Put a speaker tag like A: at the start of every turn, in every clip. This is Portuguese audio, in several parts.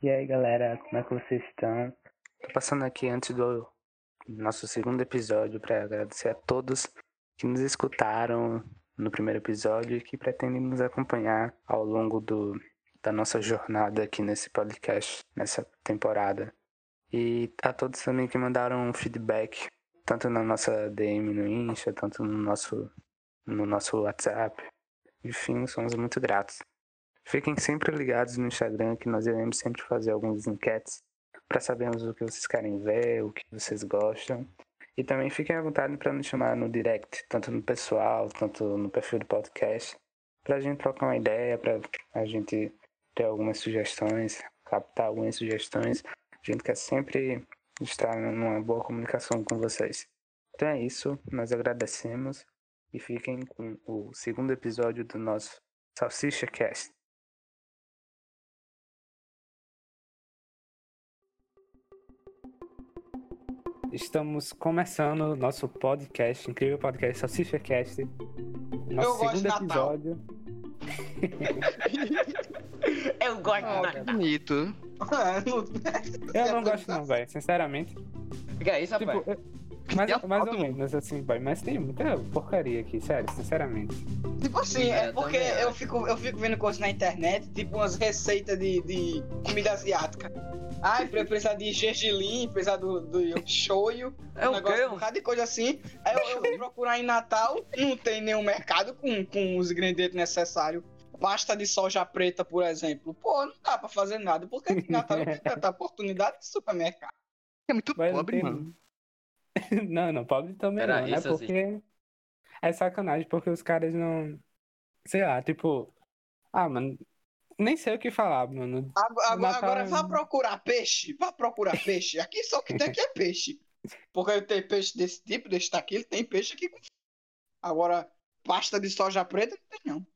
A: E aí galera, como é que vocês estão? Tô passando aqui antes do nosso segundo episódio para agradecer a todos que nos escutaram no primeiro episódio e que pretendem nos acompanhar ao longo do, da nossa jornada aqui nesse podcast, nessa temporada. E a todos também que mandaram um feedback, tanto na nossa DM no Insta, tanto no nosso, no nosso WhatsApp. Enfim, somos muito gratos. Fiquem sempre ligados no Instagram que nós iremos sempre fazer algumas enquetes para sabermos o que vocês querem ver, o que vocês gostam. E também fiquem à vontade para nos chamar no direct, tanto no pessoal, tanto no perfil do podcast, para a gente trocar uma ideia, para a gente ter algumas sugestões, captar algumas sugestões. A gente quer sempre estar numa boa comunicação com vocês. Então é isso, nós agradecemos e fiquem com o segundo episódio do nosso Salsicha Cast. Estamos começando nosso podcast, incrível podcast Salsicha Cast. Nosso
B: Eu gosto de
A: segundo
B: Natal.
A: episódio.
C: Eu gosto de Natal.
D: Tá Bonito.
B: Ah, não-
D: É
A: Eu não gosto
D: tá
A: não, velho, sinceramente.
C: Que é isso,
A: Tipo,
C: rapaz?
A: eu- mais,
D: Tem
A: mais
D: assalto,
A: ou menos assim, boy, mas tem muita porcaria aqui, sério, sinceramente.
B: Tipo assim, é
C: Eu
B: porque
C: também
B: eu
C: acho.
B: fico, eu fico vendo coisas na internet, tipo umas receitas de, de comida asiática. Ai, pra eu precisar de gergelim, precisar do, do shoyu,
C: É
B: um
C: o quê?
B: negócio, um bocado de coisa assim. Aí eu, eu vou procurar em Natal, não tem nenhum mercado com, com os ingredientes necessários. Pasta de soja preta, por exemplo. Pô, não dá pra fazer nada, porque em Natal não tem tanta oportunidade de supermercado.
D: É muito
A: Mas não
D: pobre,
A: tem-
D: mano.
A: não, não, pobre também
C: Pera,
A: não, né?
C: isso
A: Porque é sacanagem, porque os caras não. Sei lá, tipo. Ah, mano, nem sei o que falar, mano.
B: Agora, agora-
A: Natal
B: agora
A: é-
B: vá procurar peixe, vá procurar peixe. Aqui só o que tem aqui é peixe. Porque tem peixe desse tipo, desse daquele, tem peixe aqui com. Agora, pasta de soja preta não tem, não.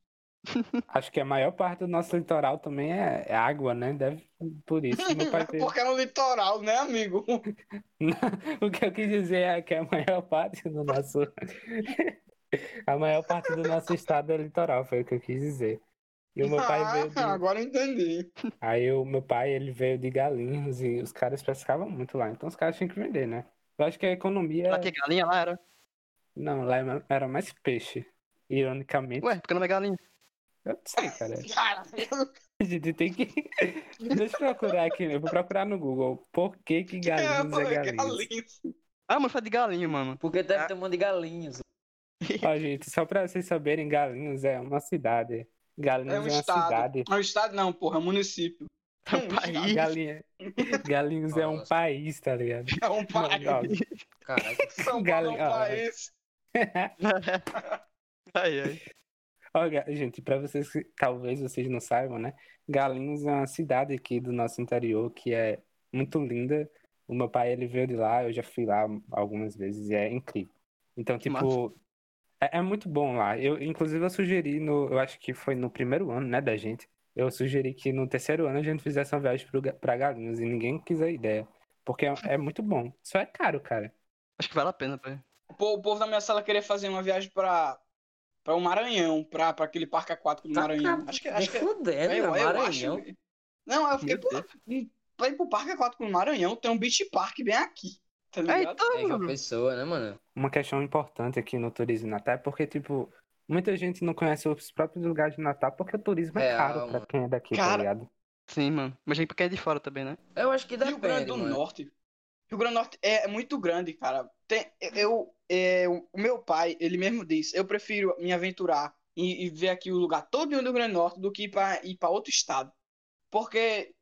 A: Acho que a maior parte do nosso litoral também é, é água, né? Deve por isso. Meu pai teve-
B: Porque é no litoral, né, amigo?
A: O que eu quis dizer é que a maior parte do nosso. a maior parte do nosso estado é litoral, foi o que eu quis dizer. E o meu pai
B: ah,
A: veio de...
B: agora eu entendi.
A: Aí o meu pai, ele veio de galinhos e os caras pescavam muito lá. Então os caras tinham que vender, né? Eu acho que a economia.
D: Lá que é galinha lá era.
A: Não, lá era- era mais peixe. Ironicamente.
D: Ué, porque não é galinha?
A: Eu não sei, cara.
B: Cara,
A: A gente tem que. Deixa eu procurar aqui. Eu vou procurar no Google. Por que que galinhos é galinhos?
D: Ah, mano, fala de galinha, mano.
C: Porque deve ter um monte de galinhos.
A: Ó, gente, só pra vocês saberem, Galinhos é uma cidade. Galinhos
B: É um
A: uma
B: estado.
A: cidade.
B: É um estado, não, porra, é um município.
D: É um país.
A: Galinha... Galinhos é um
C: Nossa.
A: país, tá ligado?
B: É um
A: Não,
B: país.
A: ó,
C: Caralho.
B: São Paulo é um
A: Galinha- ah, ó,
B: país.
D: ai, ai.
A: Olha, gente, para vocês que talvez vocês não saibam, né? Galinhos é uma cidade aqui do nosso interior que é muito linda. O meu pai, ele veio de lá, eu já fui lá algumas vezes e é incrível. Então,
D: Que
A: tipo, é, é muito bom lá. Eu, inclusive, eu sugeri no, eu acho que foi no primeiro ano, né, da gente. Eu sugeri que no terceiro ano a gente fizesse uma viagem pro Ga- pra Galinhos e ninguém quis a ideia. Porque é, é muito bom. Só é caro, cara.
D: Acho que vale a pena, pai.
B: Pô, o povo da minha sala queria fazer uma viagem pra, pra o Maranhão, pra, pra aquele parque aquático do Maranhão. Acho que. Acho que é-
C: Fudendo,
B: eu, eu
C: É Maranhão.
B: acho. Não, eu fiquei,
D: Meu
B: pô, pra ir pro parque aquático do Maranhão, tem um beach park bem aqui. Tá
D: É,
B: ligado?
C: É
D: então,
C: que é uma
D: mano.
C: pessoa, né, mano?
A: uma questão importante aqui no turismo de Natal é porque, tipo, muita gente não conhece os próprios lugares de Natal porque o turismo é
C: Real,
A: caro pra
C: mano.
A: quem é daqui, tá
B: Cara.
A: ligado?
D: Sim, mano. Mas tem pra quem é de fora também, né?
C: Eu acho que
B: Rio Grande
C: depende,
B: do
C: mano.
B: Norte. Rio Grande do Norte é muito grande, cara. Tem, eu, é, o meu pai, ele mesmo diz, eu prefiro me aventurar e, e ver aqui o lugar todo do Rio Grande do Norte do que ir pra, ir pra outro estado. Porque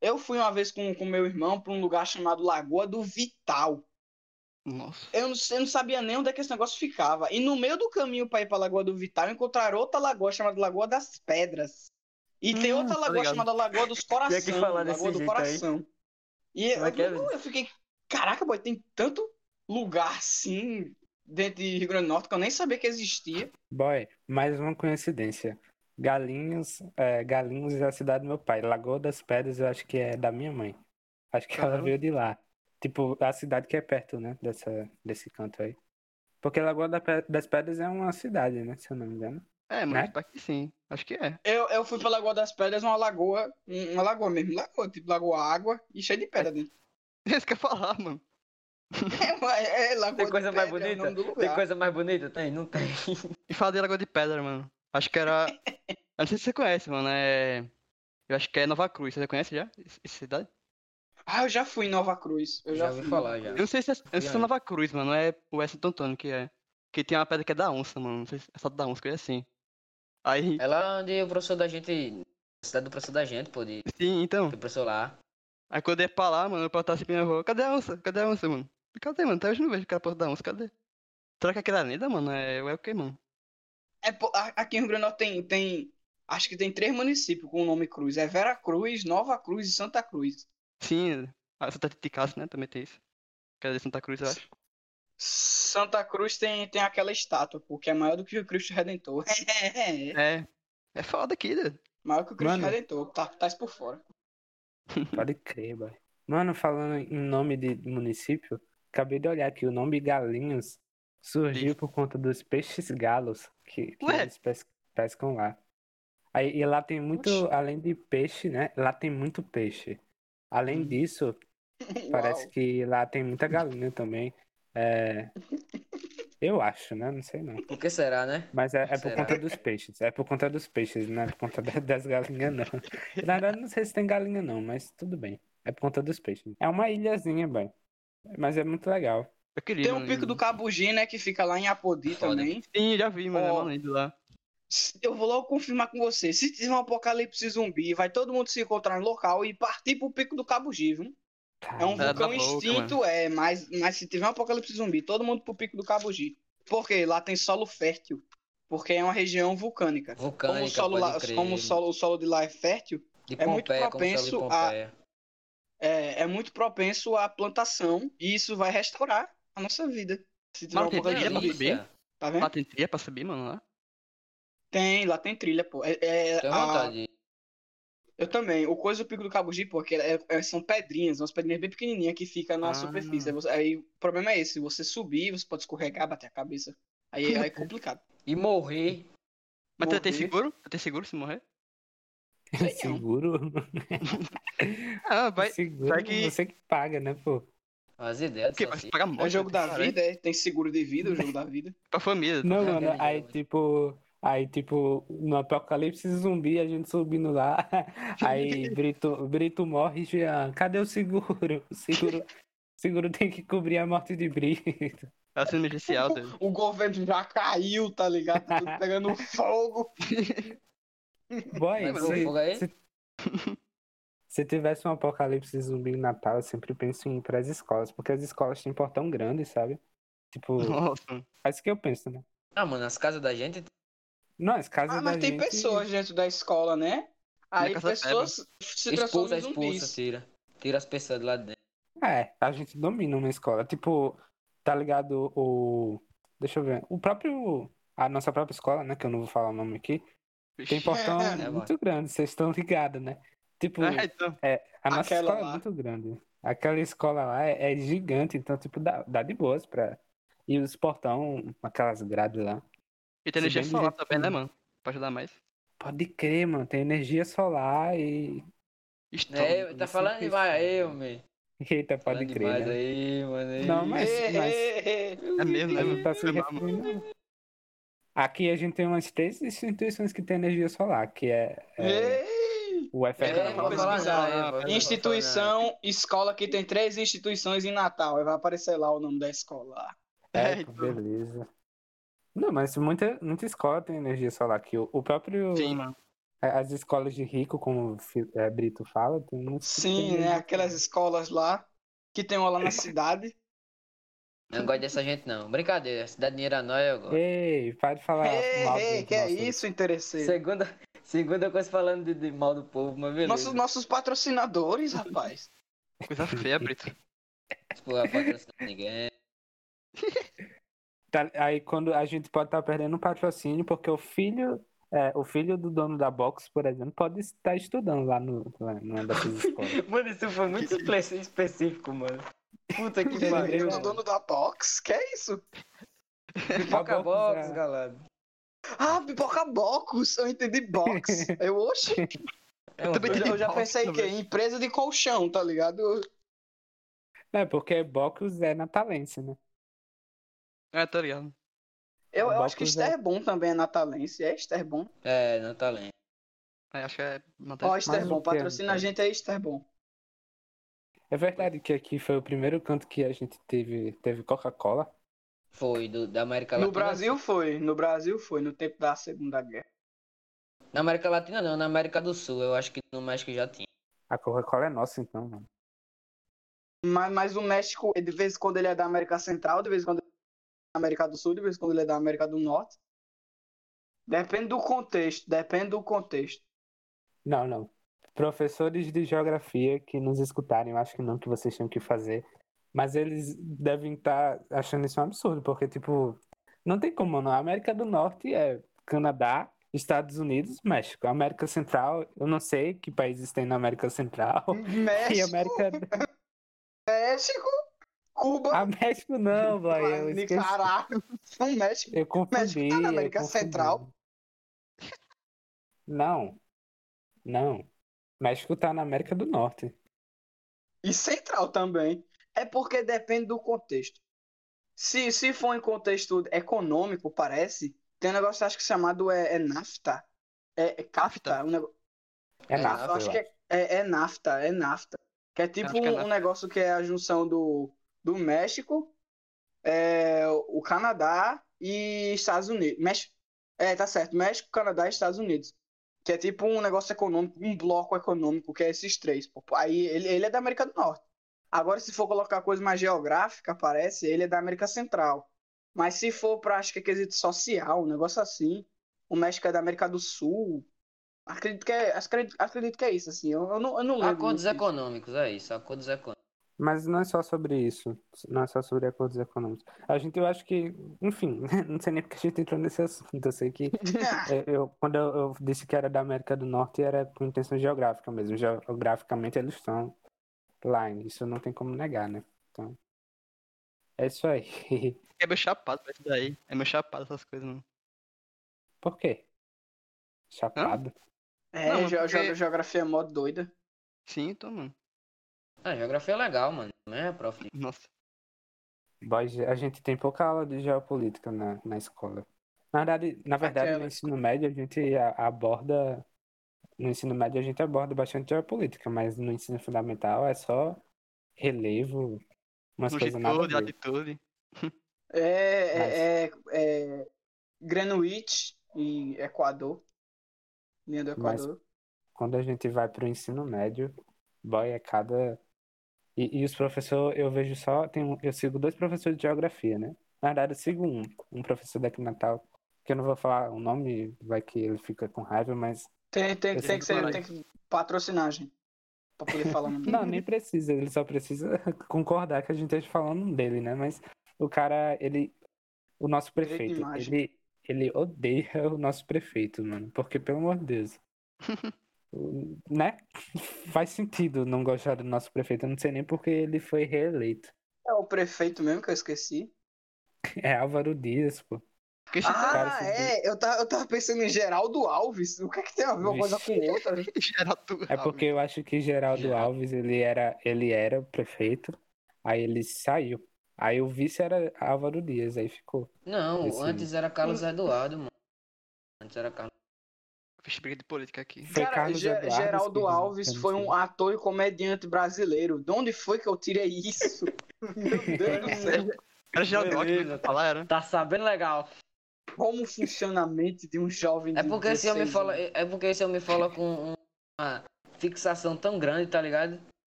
B: eu fui uma vez com, com meu irmão pra um lugar chamado Lagoa do Vital.
D: Nossa.
B: Eu não, eu não sabia nem onde é que esse negócio ficava. E no meio do caminho pra ir pra Lagoa do Vital, encontraram outra lagoa chamada Lagoa das Pedras. E tem
D: Hum,
B: outra
D: tá
B: lagoa
D: ligado.
B: chamada Lagoa dos Corações.
C: que falar desse
B: Lagoa do
C: jeito aí.
B: Coração. E eu,
C: Como é que é,
B: não, eu fiquei, caraca, boy, tem tanto lugar assim dentro de Rio Grande do Norte que eu nem sabia que existia.
A: Boy, mais uma coincidência. Galinhos, é, Galinhos é a cidade do meu pai. Lagoa das Pedras eu acho que é da minha mãe. Acho que ela
D: Caramba.
A: veio de lá. Tipo, a cidade que é perto, né, dessa, desse canto aí. Porque Lagoa da Pe- das Pedras é uma cidade, né, se eu não me engano.
D: É, mano,
A: Né?
D: acho que sim. Acho que é.
B: Eu, eu fui pra Lagoa das Pedras, uma lagoa, um- uma lagoa mesmo, lagoa, tipo lagoa água e cheia de pedra dentro.
D: Isso que eu ia falar, mano.
B: É, uma- é lagoa
C: Tem
B: de
C: coisa mais
B: pedra, é o
C: bonita?
B: nome do
C: Tem
B: lugar.
C: coisa mais bonita? Tem? Não tem.
D: E fala de Lagoa de Pedra, mano. Acho que era. Eu não sei se você conhece, mano. É. Eu acho que é Nova Cruz. Você conhece já? Essa cidade?
B: Ah, eu já fui em Nova Cruz. Eu já,
C: Já ouvi
B: fui.
C: falar, já.
D: Eu não sei se é, eu não sei se é
C: aí?
D: Nova Cruz, mano. É o é Santo Antônio que é. Que tem uma pedra que é da onça, mano. Não sei se é só da onça, que é assim. Aí.
C: É lá onde o professor da gente. Cidade do professor da gente, pô. De...
D: Sim, então.
C: Tem professor lá.
D: Aí quando eu ia pra lá, mano, eu perguntava assim pra minha avó: cadê a onça? Cadê a onça, mano? Cadê, mano? Até hoje eu não vejo aquela porra da onça, cadê? Será que é aquela lenda, mano? É, é o que, mano?
B: É, po- a- aqui em Rio Grande do Norte tem, tem. Acho que tem três municípios com o nome Cruz. É Vera Cruz, Nova Cruz e Santa Cruz.
D: Sim, a Santa Titicaça, né? Também tem isso. Que é de Santa Cruz, eu acho.
B: Santa Cruz tem, tem aquela estátua, pô, que é maior do que o Cristo Redentor. É,
D: É. É foda aqui, né?
B: maior que o Cristo
A: Mano.
B: Redentor. Tá, tá isso por fora.
A: Pode crer, boy. Mano, falando em nome de município, acabei de olhar que o nome Galinhos surgiu por conta dos peixes galos que, que
D: Ué?
A: eles pes- pescam lá. Aí, e lá tem muito,
B: Oxi.
A: além de peixe, né? Lá tem muito peixe. Além disso, parece
B: Hum. Uau.
A: que lá tem muita galinha também. É, Eu acho, né? Não sei não.
C: Por que será, né?
A: Mas é, é por
C: Será?
A: conta dos peixes. É por conta dos peixes, não é por conta da- das galinhas, não. Na verdade, não sei se tem galinha, não, mas tudo bem. É por conta dos peixes. É uma ilhazinha, bem. Mas é muito legal.
D: Eu queria.
B: Tem um
D: mano,
B: pico do
A: é.
D: ir.
B: Cabugi, né, que fica lá em Apodi
C: Foda.
B: também.
D: Sim, eu já vi, mano. É
B: Ó.
D: uma lenda lá.
B: Eu vou logo confirmar com você. Se tiver um apocalipse zumbi, vai todo mundo se encontrar no local e partir pro pico do Cabugi, viu? É um
A: Caramba.
D: Tá
B: vulcão
D: na boca,
B: extinto, é, mas, mas se tiver um apocalipse zumbi, todo mundo pro pico do Cabugi. Porque lá tem solo fértil. Porque é uma região vulcânica. Como,
C: Vulcânica,
B: o solo,
C: pode
B: lá-
C: crer.
B: como o, solo, o solo de lá é fértil,
C: De
B: é muito
C: Pompeia, como o solo de
B: propenso a-
C: Pompeia.
B: é, é muito propenso à plantação e isso vai restaurar a nossa vida. Se tiver um
D: Mas tem
B: apocalipse
D: trilha pra
B: zumbi,
D: subir?
B: tá vendo?
D: Ah, tem trilha pra subir, mano, lá?
B: Tem, lá tem trilha, pô. É, é,
C: Tenho
B: a-
C: vontade.
B: eu também. O coisa do pico do Cabugi, pô, que é- é- são pedrinhas, umas pedrinhas bem pequenininhas que ficam na
D: Ah.
B: superfície. Aí você- Aí o problema é esse, você subir, você pode escorregar, bater a cabeça. Aí é complicado.
C: E morrer.
D: Mas tem- tem
B: Morrer.
D: seguro? Tem seguro se morrer?
B: não.
A: Seguro?
D: Ah, vai.
A: Seguro
D: vai que-
A: você que paga, né, pô?
C: As ideias.
D: Porque
C: só
D: vai
C: assim.
D: pagar morte.
B: É o jogo da
D: caralho.
B: vida, é. Tem seguro de vida, o jogo da vida.
D: Pra família.
A: Não,
C: Tá
A: mano,
C: vendo aí,
A: aí
C: mano?
A: tipo... Aí, tipo, no apocalipse zumbi, a gente subindo lá, aí Brito, Brito morre, Jean, cadê o seguro? O seguro, seguro tem que cobrir a morte de Brito.
D: É assim emergencial dele.
B: O governo já caiu, tá ligado? Tá tudo pegando fogo.
A: Boy,
C: Vai
A: se-
C: pegar fogo aí?
A: se- Se tivesse um apocalipse zumbi em Natal, eu sempre penso em ir pras escolas, porque as escolas têm portão grande, sabe? Tipo,
B: Uhum.
D: Nossa, mano.
A: é isso que eu penso, né?
C: Ah, mano, as casas da gente.
A: Não, as casas
B: Ah, mas
A: da
B: tem
A: gente-
B: pessoas dentro da escola, né? Aí
D: casa
B: pessoas se transformam
C: Expulsa,
B: em
C: expulsa,
B: zumbis.
C: tira. Tira as pessoas de lá de dentro.
A: É, a gente domina uma escola. Tipo, tá ligado o... Deixa eu ver. O próprio... A nossa própria escola, né? Que eu não vou falar o nome aqui. Tem portão
B: É,
C: né,
A: muito grande, vocês estão ligados, né? Tipo,
D: Ah, então.
A: a nossa
B: aquela
A: escola
B: lá.
A: é muito grande. Aquela escola lá é, é gigante, então, tipo, dá, dá de boas pra... E os portão, aquelas grades lá.
D: E tem
A: Se
D: energia
A: bem
D: solar
A: direitinho.
D: também, né, mano? Pra ajudar mais.
A: Pode crer, mano. Tem energia solar e.
D: Estou.
C: É,
A: eu
C: tá
A: sempre
C: falando demais
A: falo.
C: aí, homem.
B: Tá
A: Eita, pode
C: Falando
A: crer.
C: Tá demais
A: Né?
C: aí, mano. aí.
A: Não, mas-
D: É mesmo, né,
A: Mas
D: mano?
A: não tá se
D: Foi mal, mano.
A: referindo, não. Aqui a gente tem umas três instituições que tem energia solar, que é, é o
C: É,
A: FRN.
C: não vou falar
B: pesquisar,
C: não,
D: né,
C: é,
D: mano?
C: vou falar
B: Instituição, escola que tem três instituições em Natal. Aí vai aparecer lá o nome da escola.
A: É,
D: É,
A: pô,
D: então.
A: beleza. Não, mas muita, muita escola tem energia solar aqui. O, o próprio.
D: Sim, mano.
A: As escolas de rico, como o Fi- é, Brito fala, tem muitas que tem
B: Sim, né?
A: energia
B: Aquelas escolas lá que tem uma lá na cidade.
C: Não Não gosto dessa gente, não. Brincadeira, cidadinheira nós eu
A: solar.
C: gosto.
A: Ei, para de falar. mal
B: Ei, ei,
A: dos
B: que é
A: nossos-
B: isso, interesseiro?
C: Segunda, segunda coisa falando de, de mal do povo, mas beleza.
B: Nossos, nossos patrocinadores, rapaz.
D: Coisa feia, Brito.
C: Tipo, a patrocina ninguém.
A: Tá- aí quando a gente pode estar perdendo um patrocínio, porque o filho, é, o filho do dono da box, por exemplo, pode estar estudando lá no, lá numa dessas escolas.
C: Mano, isso foi muito espe- específico, mano. Puta que
B: Ele
C: pariu.
B: é o dono da box? Que é isso?
A: A
C: Pipoca
A: box
C: box,
A: é-
C: galera.
B: Ah, pipoca box. Eu entendi box. Eu, oxe.
C: É um
D: Também
B: Eu
D: tem
B: já, eu já
D: box
B: pensei que é
D: também.
B: empresa de colchão, tá ligado? Eu-
A: É, porque Bocos é natalense, né?
D: É, tá ligado.
B: Eu, eu acho que
A: Bocos é-
B: Esterbon também é natalense. É Esterbon.
C: É, Natalém.
D: É, acho que é. Não tem-
B: Ó, Esterbon,
A: o que é,
B: patrocina a
A: então?
B: gente aí, Esterbon.
A: É verdade que aqui foi o primeiro canto que a gente teve, teve Coca-Cola.
C: Foi, do, da América Latina.
B: No Brasil foi, no Brasil foi, no tempo da Segunda Guerra.
C: Na América Latina não, na América do Sul. Eu acho que no México já tinha.
A: A Coca-Cola é nossa, então, mano.
B: Mas, mas o México, de vez em quando ele é da América Central, de vez em quando ele é da América do Sul, de vez em quando ele é da América do Norte. Depende do contexto, depende do contexto.
A: Não, não. Professores de geografia que nos escutarem, eu acho que não que vocês tinham que fazer. Mas eles devem estar achando isso um absurdo, porque, tipo, não tem como, não. A América do Norte é Canadá, Estados Unidos, México. América Central, eu não sei que países tem na América Central. E
B: Um México,
A: América.
B: México, Cuba,
A: A México não, boy. Ah, é, Eu esqueci.
B: Nicarágua. Não, México.
A: Eu confundi.
B: México tá na
A: eu
B: América
A: confundi.
B: Central?
A: Não. Não. México tá na América do Norte.
B: E central também. É porque depende do contexto. Se, se for em contexto econômico, parece, tem um negócio acho que chamado é, é NAFTA. É, é CAFTA, um negócio.
A: É
C: É,
A: nafta,
B: eu acho
A: eu
B: que é, é, é NAFTA, é NAFTA. Que é tipo
D: Acho que é
B: um,
D: NAFTA.
B: negócio que é a junção do, do México, é, o Canadá e Estados Unidos. México, é, tá certo. México, Canadá e Estados Unidos. Que é tipo um negócio econômico, um bloco econômico, que é esses três. pô. Aí ele, ele é da América do Norte. Agora, se for colocar coisa mais geográfica, parece, ele é da América Central. Mas se for pra, acho que é quesito social, um negócio assim, o México é da América do Sul. Acredito que é, acredito, acredito que é isso, assim. Eu, eu não, eu não lembro.
C: Acordos
B: muito disso.
C: econômicos, é isso. Acordos econômicos.
A: Mas não é só sobre isso, não é só sobre acordos econômicos. A gente, eu acho que, enfim, não sei nem porque a gente entrou nesse assunto. Eu sei que eh, eu, quando eu, eu disse que era da América do Norte, era com intenção geográfica mesmo. Geograficamente eles estão lá, isso não tem como negar, né? Então, é isso aí.
D: É meu chapado isso daí. É meu chapado essas coisas, mano.
A: Por quê? Chapado.
B: É,
D: Não,
B: ge-
D: porque-
B: ge- geografia é mó doida.
D: Sim, então, mano.
C: Ah, geografia é legal, mano. Não é, prof?
D: Nossa.
A: Boy, ge- a gente tem pouca aula de geopolítica na, na escola. Na verdade, na verdade, no
B: Aquela.
A: ensino médio a gente a- aborda. No ensino médio a gente aborda bastante geopolítica, mas no ensino fundamental é só relevo, umas coisas nada a
D: Longitude,
A: ver.
D: altitude.
B: É, é, é, é Greenwich e Equador. Linha do
A: Mas-
B: Equador.
A: Quando a gente vai pro ensino médio, boy, é cada. E, e os professores, eu vejo só. Tem, um- eu sigo dois professores de geografia, né? Na verdade, eu sigo um, um professor daqui de Natal, que eu não vou falar o nome, vai que ele fica com raiva, mas.
B: Tem, tem,
A: Eu
B: tem, que ser,
D: sempre
B: tem que patrocinagem. Pra poder falar. o nome.
A: Não, nem precisa, ele só precisa concordar que a gente esteja falando dele, né? Mas o cara, ele. O nosso
B: Direito é de
A: prefeito,
B: imagem.
A: ele, ele odeia o nosso prefeito, mano. Porque, pelo amor de Deus. O- né? Faz sentido não gostar do nosso prefeito. Eu não sei nem porque ele foi reeleito.
B: É o prefeito mesmo que eu esqueci.
A: É Álvaro Dias, pô.
D: Porque esse
B: Ah,
A: cara, esse
B: é. Eu tava, eu tava pensando em Geraldo Alves. O que é que tem a ver uma coisa com outra?
D: geral tu.
A: É porque eu acho que Geraldo
C: Geraldo.
A: Alves, ele era, ele era o prefeito, aí ele saiu. Aí o vice era Álvaro Dias, aí ficou.
C: Não,
A: Esse-
C: antes era Carlos Eduardo, mano. Antes era Carlos.
D: Vixe, briga de política aqui.
A: Foi
B: Cara,
A: Carlos
B: Ge-
A: Eduardo
B: Geraldo
A: Espírito,
B: Alves
A: eu não
B: foi
A: sei.
B: um ator e comediante brasileiro. De onde foi que eu tirei isso? Meu Deus do céu.
D: Era geral
C: Beleza.
D: Alckmin, que falar, era?
C: Tá sabendo legal.
B: Como o funcionamento de um jovem de
C: É porque esse
B: 16
C: homem fala.
B: anos.
C: É porque esse homem fala com uma fixação tão grande, tá ligado?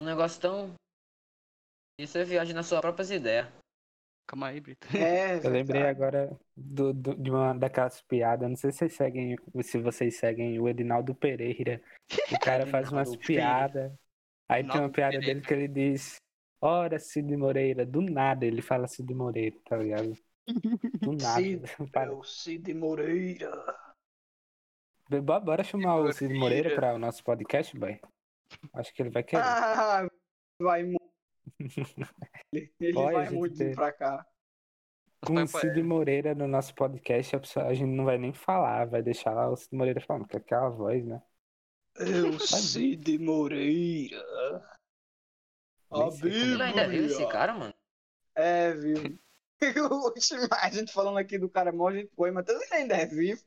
C: Um negócio tão. Isso é viagem nas suas próprias ideias.
D: Calma aí, Brito.
B: É,
A: Eu lembrei
B: verdade.
A: agora do, do- de uma daquelas piadas. Não sei se vocês seguem, se vocês seguem o Edinaldo Pereira. O cara faz umas
C: Edinaldo Pereira.
A: piadas. Aí tem uma
D: Edinaldo
A: piada
D: Pereira.
A: dele que ele diz: Ora, Cid Moreira. Do nada ele fala Cid Moreira, tá ligado? Do
B: Cid,
A: nada. Para-
B: Meu É Cid Moreira.
A: Bo- Bora chamar o Cid Moreira
D: Moreira.
A: para o nosso podcast, boy. Acho que ele vai querer.
B: Ah, vai muito. Ele
A: Olha,
B: vai
A: gente,
B: muito
A: tem-
B: pra cá.
D: Nosso
A: Com o
D: pai- pai-
A: Cid Moreira no nosso podcast, a, pessoa- a gente não vai nem falar, vai deixar lá o Cid Moreira falando, com aquela voz, né?
B: Eu, É Cid Moreira. A
A: Nem sei como é
C: Ele ainda viu esse
B: Bíblia.
C: cara, mano?
B: É, viu? Oxe, mas a gente falando aqui do cara mó gente foi, mas ele ainda é vivo.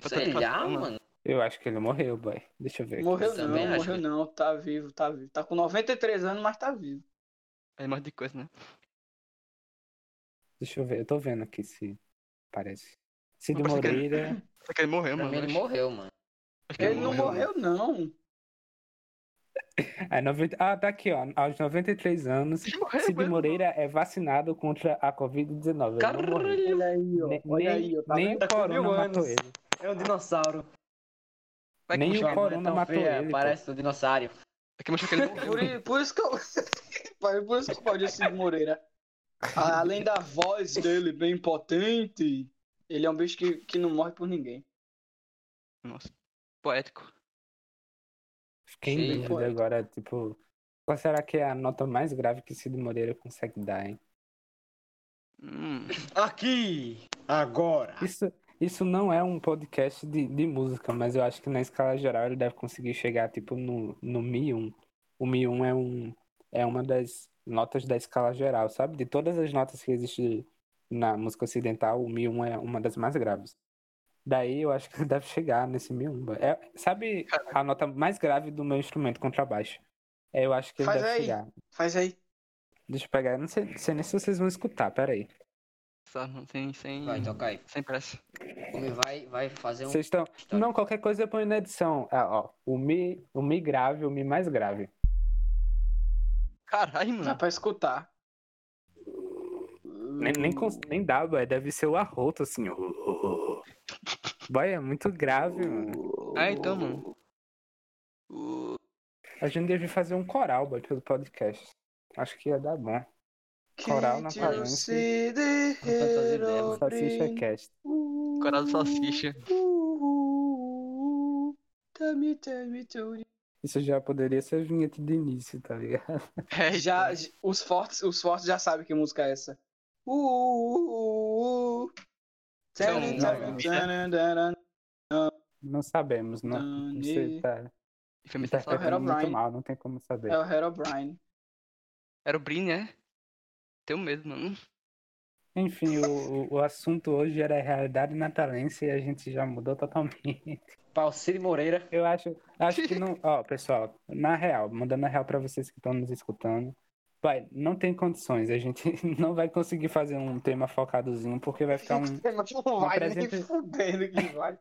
D: Pra
C: Sei lá,
D: tanto falar,
C: mano.
A: Eu acho que ele morreu, boy. Deixa eu ver. aqui.
B: Morreu não,
C: Também acho
B: morreu
C: que-
B: não, tá vivo, tá vivo. Tá com 93 anos, mas tá vivo.
D: É mais de coisa, né?
A: Deixa eu ver, eu tô vendo aqui se parece. Cid
D: Não parece que ele-
A: Moreira.
D: Só que ele morreu,
C: Pra
D: mano.
C: mim ele
D: acho-
C: morreu, mano.
D: acho que
B: Ele não morreu, não.
A: É, 90... Ah, tá aqui, ó. Aos 93 anos,
D: Ele morreu,
A: Cid
D: mano.
A: Moreira é vacinado contra a Covid-19. Ele não morreu.
C: Caralho.
B: Olha aí, ó.
A: Ne-
B: Olha
A: nem-
B: aí, ó. Tá
A: nem
B: vendo?
A: o corona
C: mil
A: matou
C: anos.
A: ele.
C: É um dinossauro.
D: Vai que
A: Nem
D: mostra-
A: o corona
C: É tão
A: matou
C: feia,
A: ele. pô.
C: Parece um dinossauro.
D: vai que mostra que ele morreu.
B: Por, i- por isso que eu. Pai, por isso que eu gosto de Cid Moreira. A- Além da voz dele bem potente, ele é um bicho que, que não morre por ninguém.
D: Nossa. Poético.
A: Fiquei em
C: Sim,
A: dúvida
B: foi.
A: agora, tipo, qual será que é a nota mais grave que Cid Moreira consegue dar, hein?
D: Hum.
C: Aqui! Agora!
B: Tá.
A: Isso, isso não é um podcast de, de música, mas eu acho que na escala geral ele deve conseguir chegar, tipo, no, no Mi 1. O Mi 1 é, um, é uma das notas da escala geral, sabe? De todas as notas que existem na música ocidental, o Mi 1 é uma das mais graves. Daí eu acho que ele deve chegar nesse Mi 1. É, sabe a nota mais grave do meu instrumento, contrabaixo? É, Eu acho que ele
B: Faz
A: deve
B: aí.
A: chegar.
B: Faz aí.
A: Deixa eu pegar, eu não sei, não sei nem se vocês vão escutar, peraí.
D: Só, mano, sem, sem,
C: Vai então. tocar aí.
D: sem pressa.
C: O homem vai, vai fazer
B: Então.
C: um.
A: Vocês estão.
B: Tá.
C: história.
A: Não, qualquer coisa eu ponho na edição. Ah, ó, o Mi, o Mi grave, o Mi mais grave.
D: Caralho,
B: Dá
D: mano.
B: pra escutar.
A: Nem, nem, cons- nem dá, boy. Deve ser o arroto, assim. ó. Boy, é muito grave, mano.
D: Ah, então, mano.
A: A gente deve fazer um coral, boy, pelo podcast. Acho que ia dar bom. Coral na aparência. tá né? Salsicha Cast.
D: Coral do salsicha.
A: Isso já poderia ser a vinheta de início, tá ligado?
D: É,
B: Já, j- os fortes, os fortes já sabem que música é essa. Uh, uh, uh, uh.
A: Então,
D: São-
A: Não sabemos, não. Você tá
D: Foi me
B: Só
A: interpretando muito
B: Herobrine.
A: mal, não tem como saber.
B: É o Herobrine.
D: Era o Brin, né? Tenho medo, mano.
A: Enfim, o, o- o assunto hoje era a realidade natalense e a gente já mudou totalmente.
C: Palciri Moreira.
A: Eu acho, acho que não. Ó, pessoal, na real, mandando a real pra vocês que estão nos escutando. Vai, não tem condições, a gente não vai conseguir fazer um tema focadozinho, porque vai ficar um.
B: Mas não vai nem
A: apresenta-
B: fudendo que vai.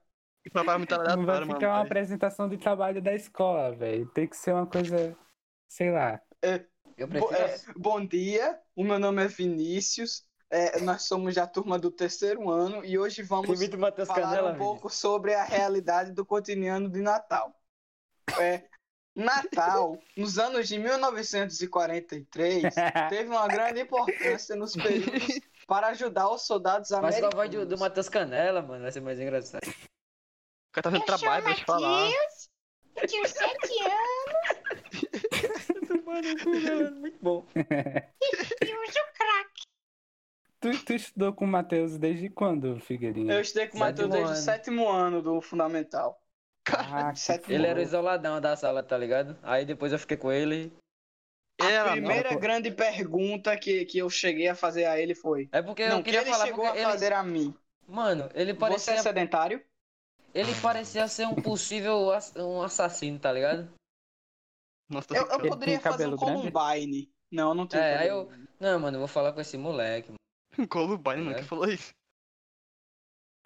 D: E pra parar muito
A: Não vai
D: aleatório, mano.
A: ficar uma
D: velho.
A: apresentação de trabalho da escola, velho. Tem que ser uma coisa, sei lá.
C: Eu
B: Bo-
C: prefiro.
B: é, bom dia, o meu nome é Vinícius. é, nós somos da turma do terceiro ano e hoje vamos
C: Imita o Matheus
B: falar
C: Canela,
B: um pouco sobre a realidade do cotidiano de Natal. É, Natal, nos anos de 1943, teve uma grande importância nos períodos para ajudar os soldados
C: Mas com a
B: americanos.
C: voz do, do Matheus Canela, mano, vai ser mais engraçado.
D: O cara tá fazendo trabalho, deixa eu falar.
E: Eu tenho sete anos
A: é
C: Muito bom.
E: e uso crack.
A: tu, tu estudou com o Matheus desde quando, Figueirinha?
B: Eu estudei com o
C: Sétimo
B: Matheus desde
C: ano.
B: o sétimo ano do Fundamental.
A: Ah, que
B: sétimo
C: Ele era o
A: fofo.
C: isoladão da sala, tá ligado? Aí depois eu fiquei com ele.
B: É,
D: Era, mano.
B: Primeira
A: pô.
B: grande pergunta que, que eu cheguei a fazer a ele foi:
C: É porque
B: Não,
C: eu
B: que
C: queria
B: ele
C: falar
B: chegou
C: porque
B: a
C: ele,
B: fazer a mim.
C: mano, ele
B: Você é
C: parecia,
B: sedentário?
C: ele parecia ser um possível ass- um assassino, tá ligado?
D: Nossa, tô
B: Eu, eu
D: ficando.
B: poderia
A: tem
B: fazer um
A: cabelo grande?
B: Columbine. Não, eu não tenho.
C: É, aí
B: cabelo.
C: Não, mano, eu vou falar com esse moleque. mano.
D: Columbine, mano, que falou isso?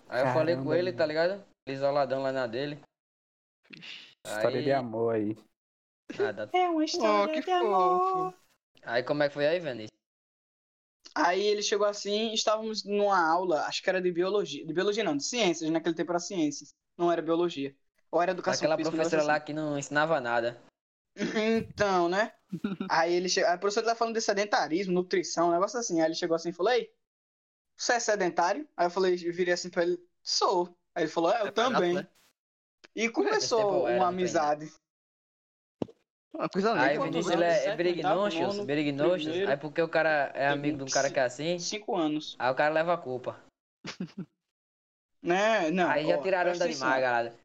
C: Aí eu falei com
A: Caramba,
C: ele,
A: mano.
C: tá ligado? Ele Isoladão lá na dele.
A: História de
C: Aí-
A: amor aí.
C: Nada.
B: É uma
D: Oh,
B: história
D: que
B: de amor.
D: fofo.
C: Aí como é que foi aí, Vinícius?
B: Aí ele chegou assim, estávamos numa aula, acho que era de biologia. De biologia não, de ciências, naquele tempo era ciências. Não era biologia. Ou era educação
C: Aquela
B: física. um
C: professora lá
B: negócio
C: que não ensinava nada.
B: assim. Então, né? Aí ele chegou. A professora tá falando de sedentarismo, nutrição, um negócio assim. Aí ele chegou assim e falou, ei, você é sedentário? Aí eu falei, eu virei assim pra ele, sou. Aí ele falou, é, eu
D: né? Separado,
B: também.
D: né?
B: E
C: né? tempo eu
B: começou
C: era,
B: uma
C: não tem, né?
B: amizade.
D: Uma coisa
C: Aí o
D: linda.
C: Vinícius ele é,
B: anos?
C: é
B: Sétimo, oitavo,
C: Berignostius,
B: nono,
C: Berignostius.
B: primeiro.
C: Aí porque o cara é
B: Tem
C: amigo de um cara que é assim,
B: Cinco anos.
C: aí o cara leva a culpa.
B: Né? Não.
C: Aí já
B: ó,
C: tiraram da
B: presta atenção.
C: animar, galera.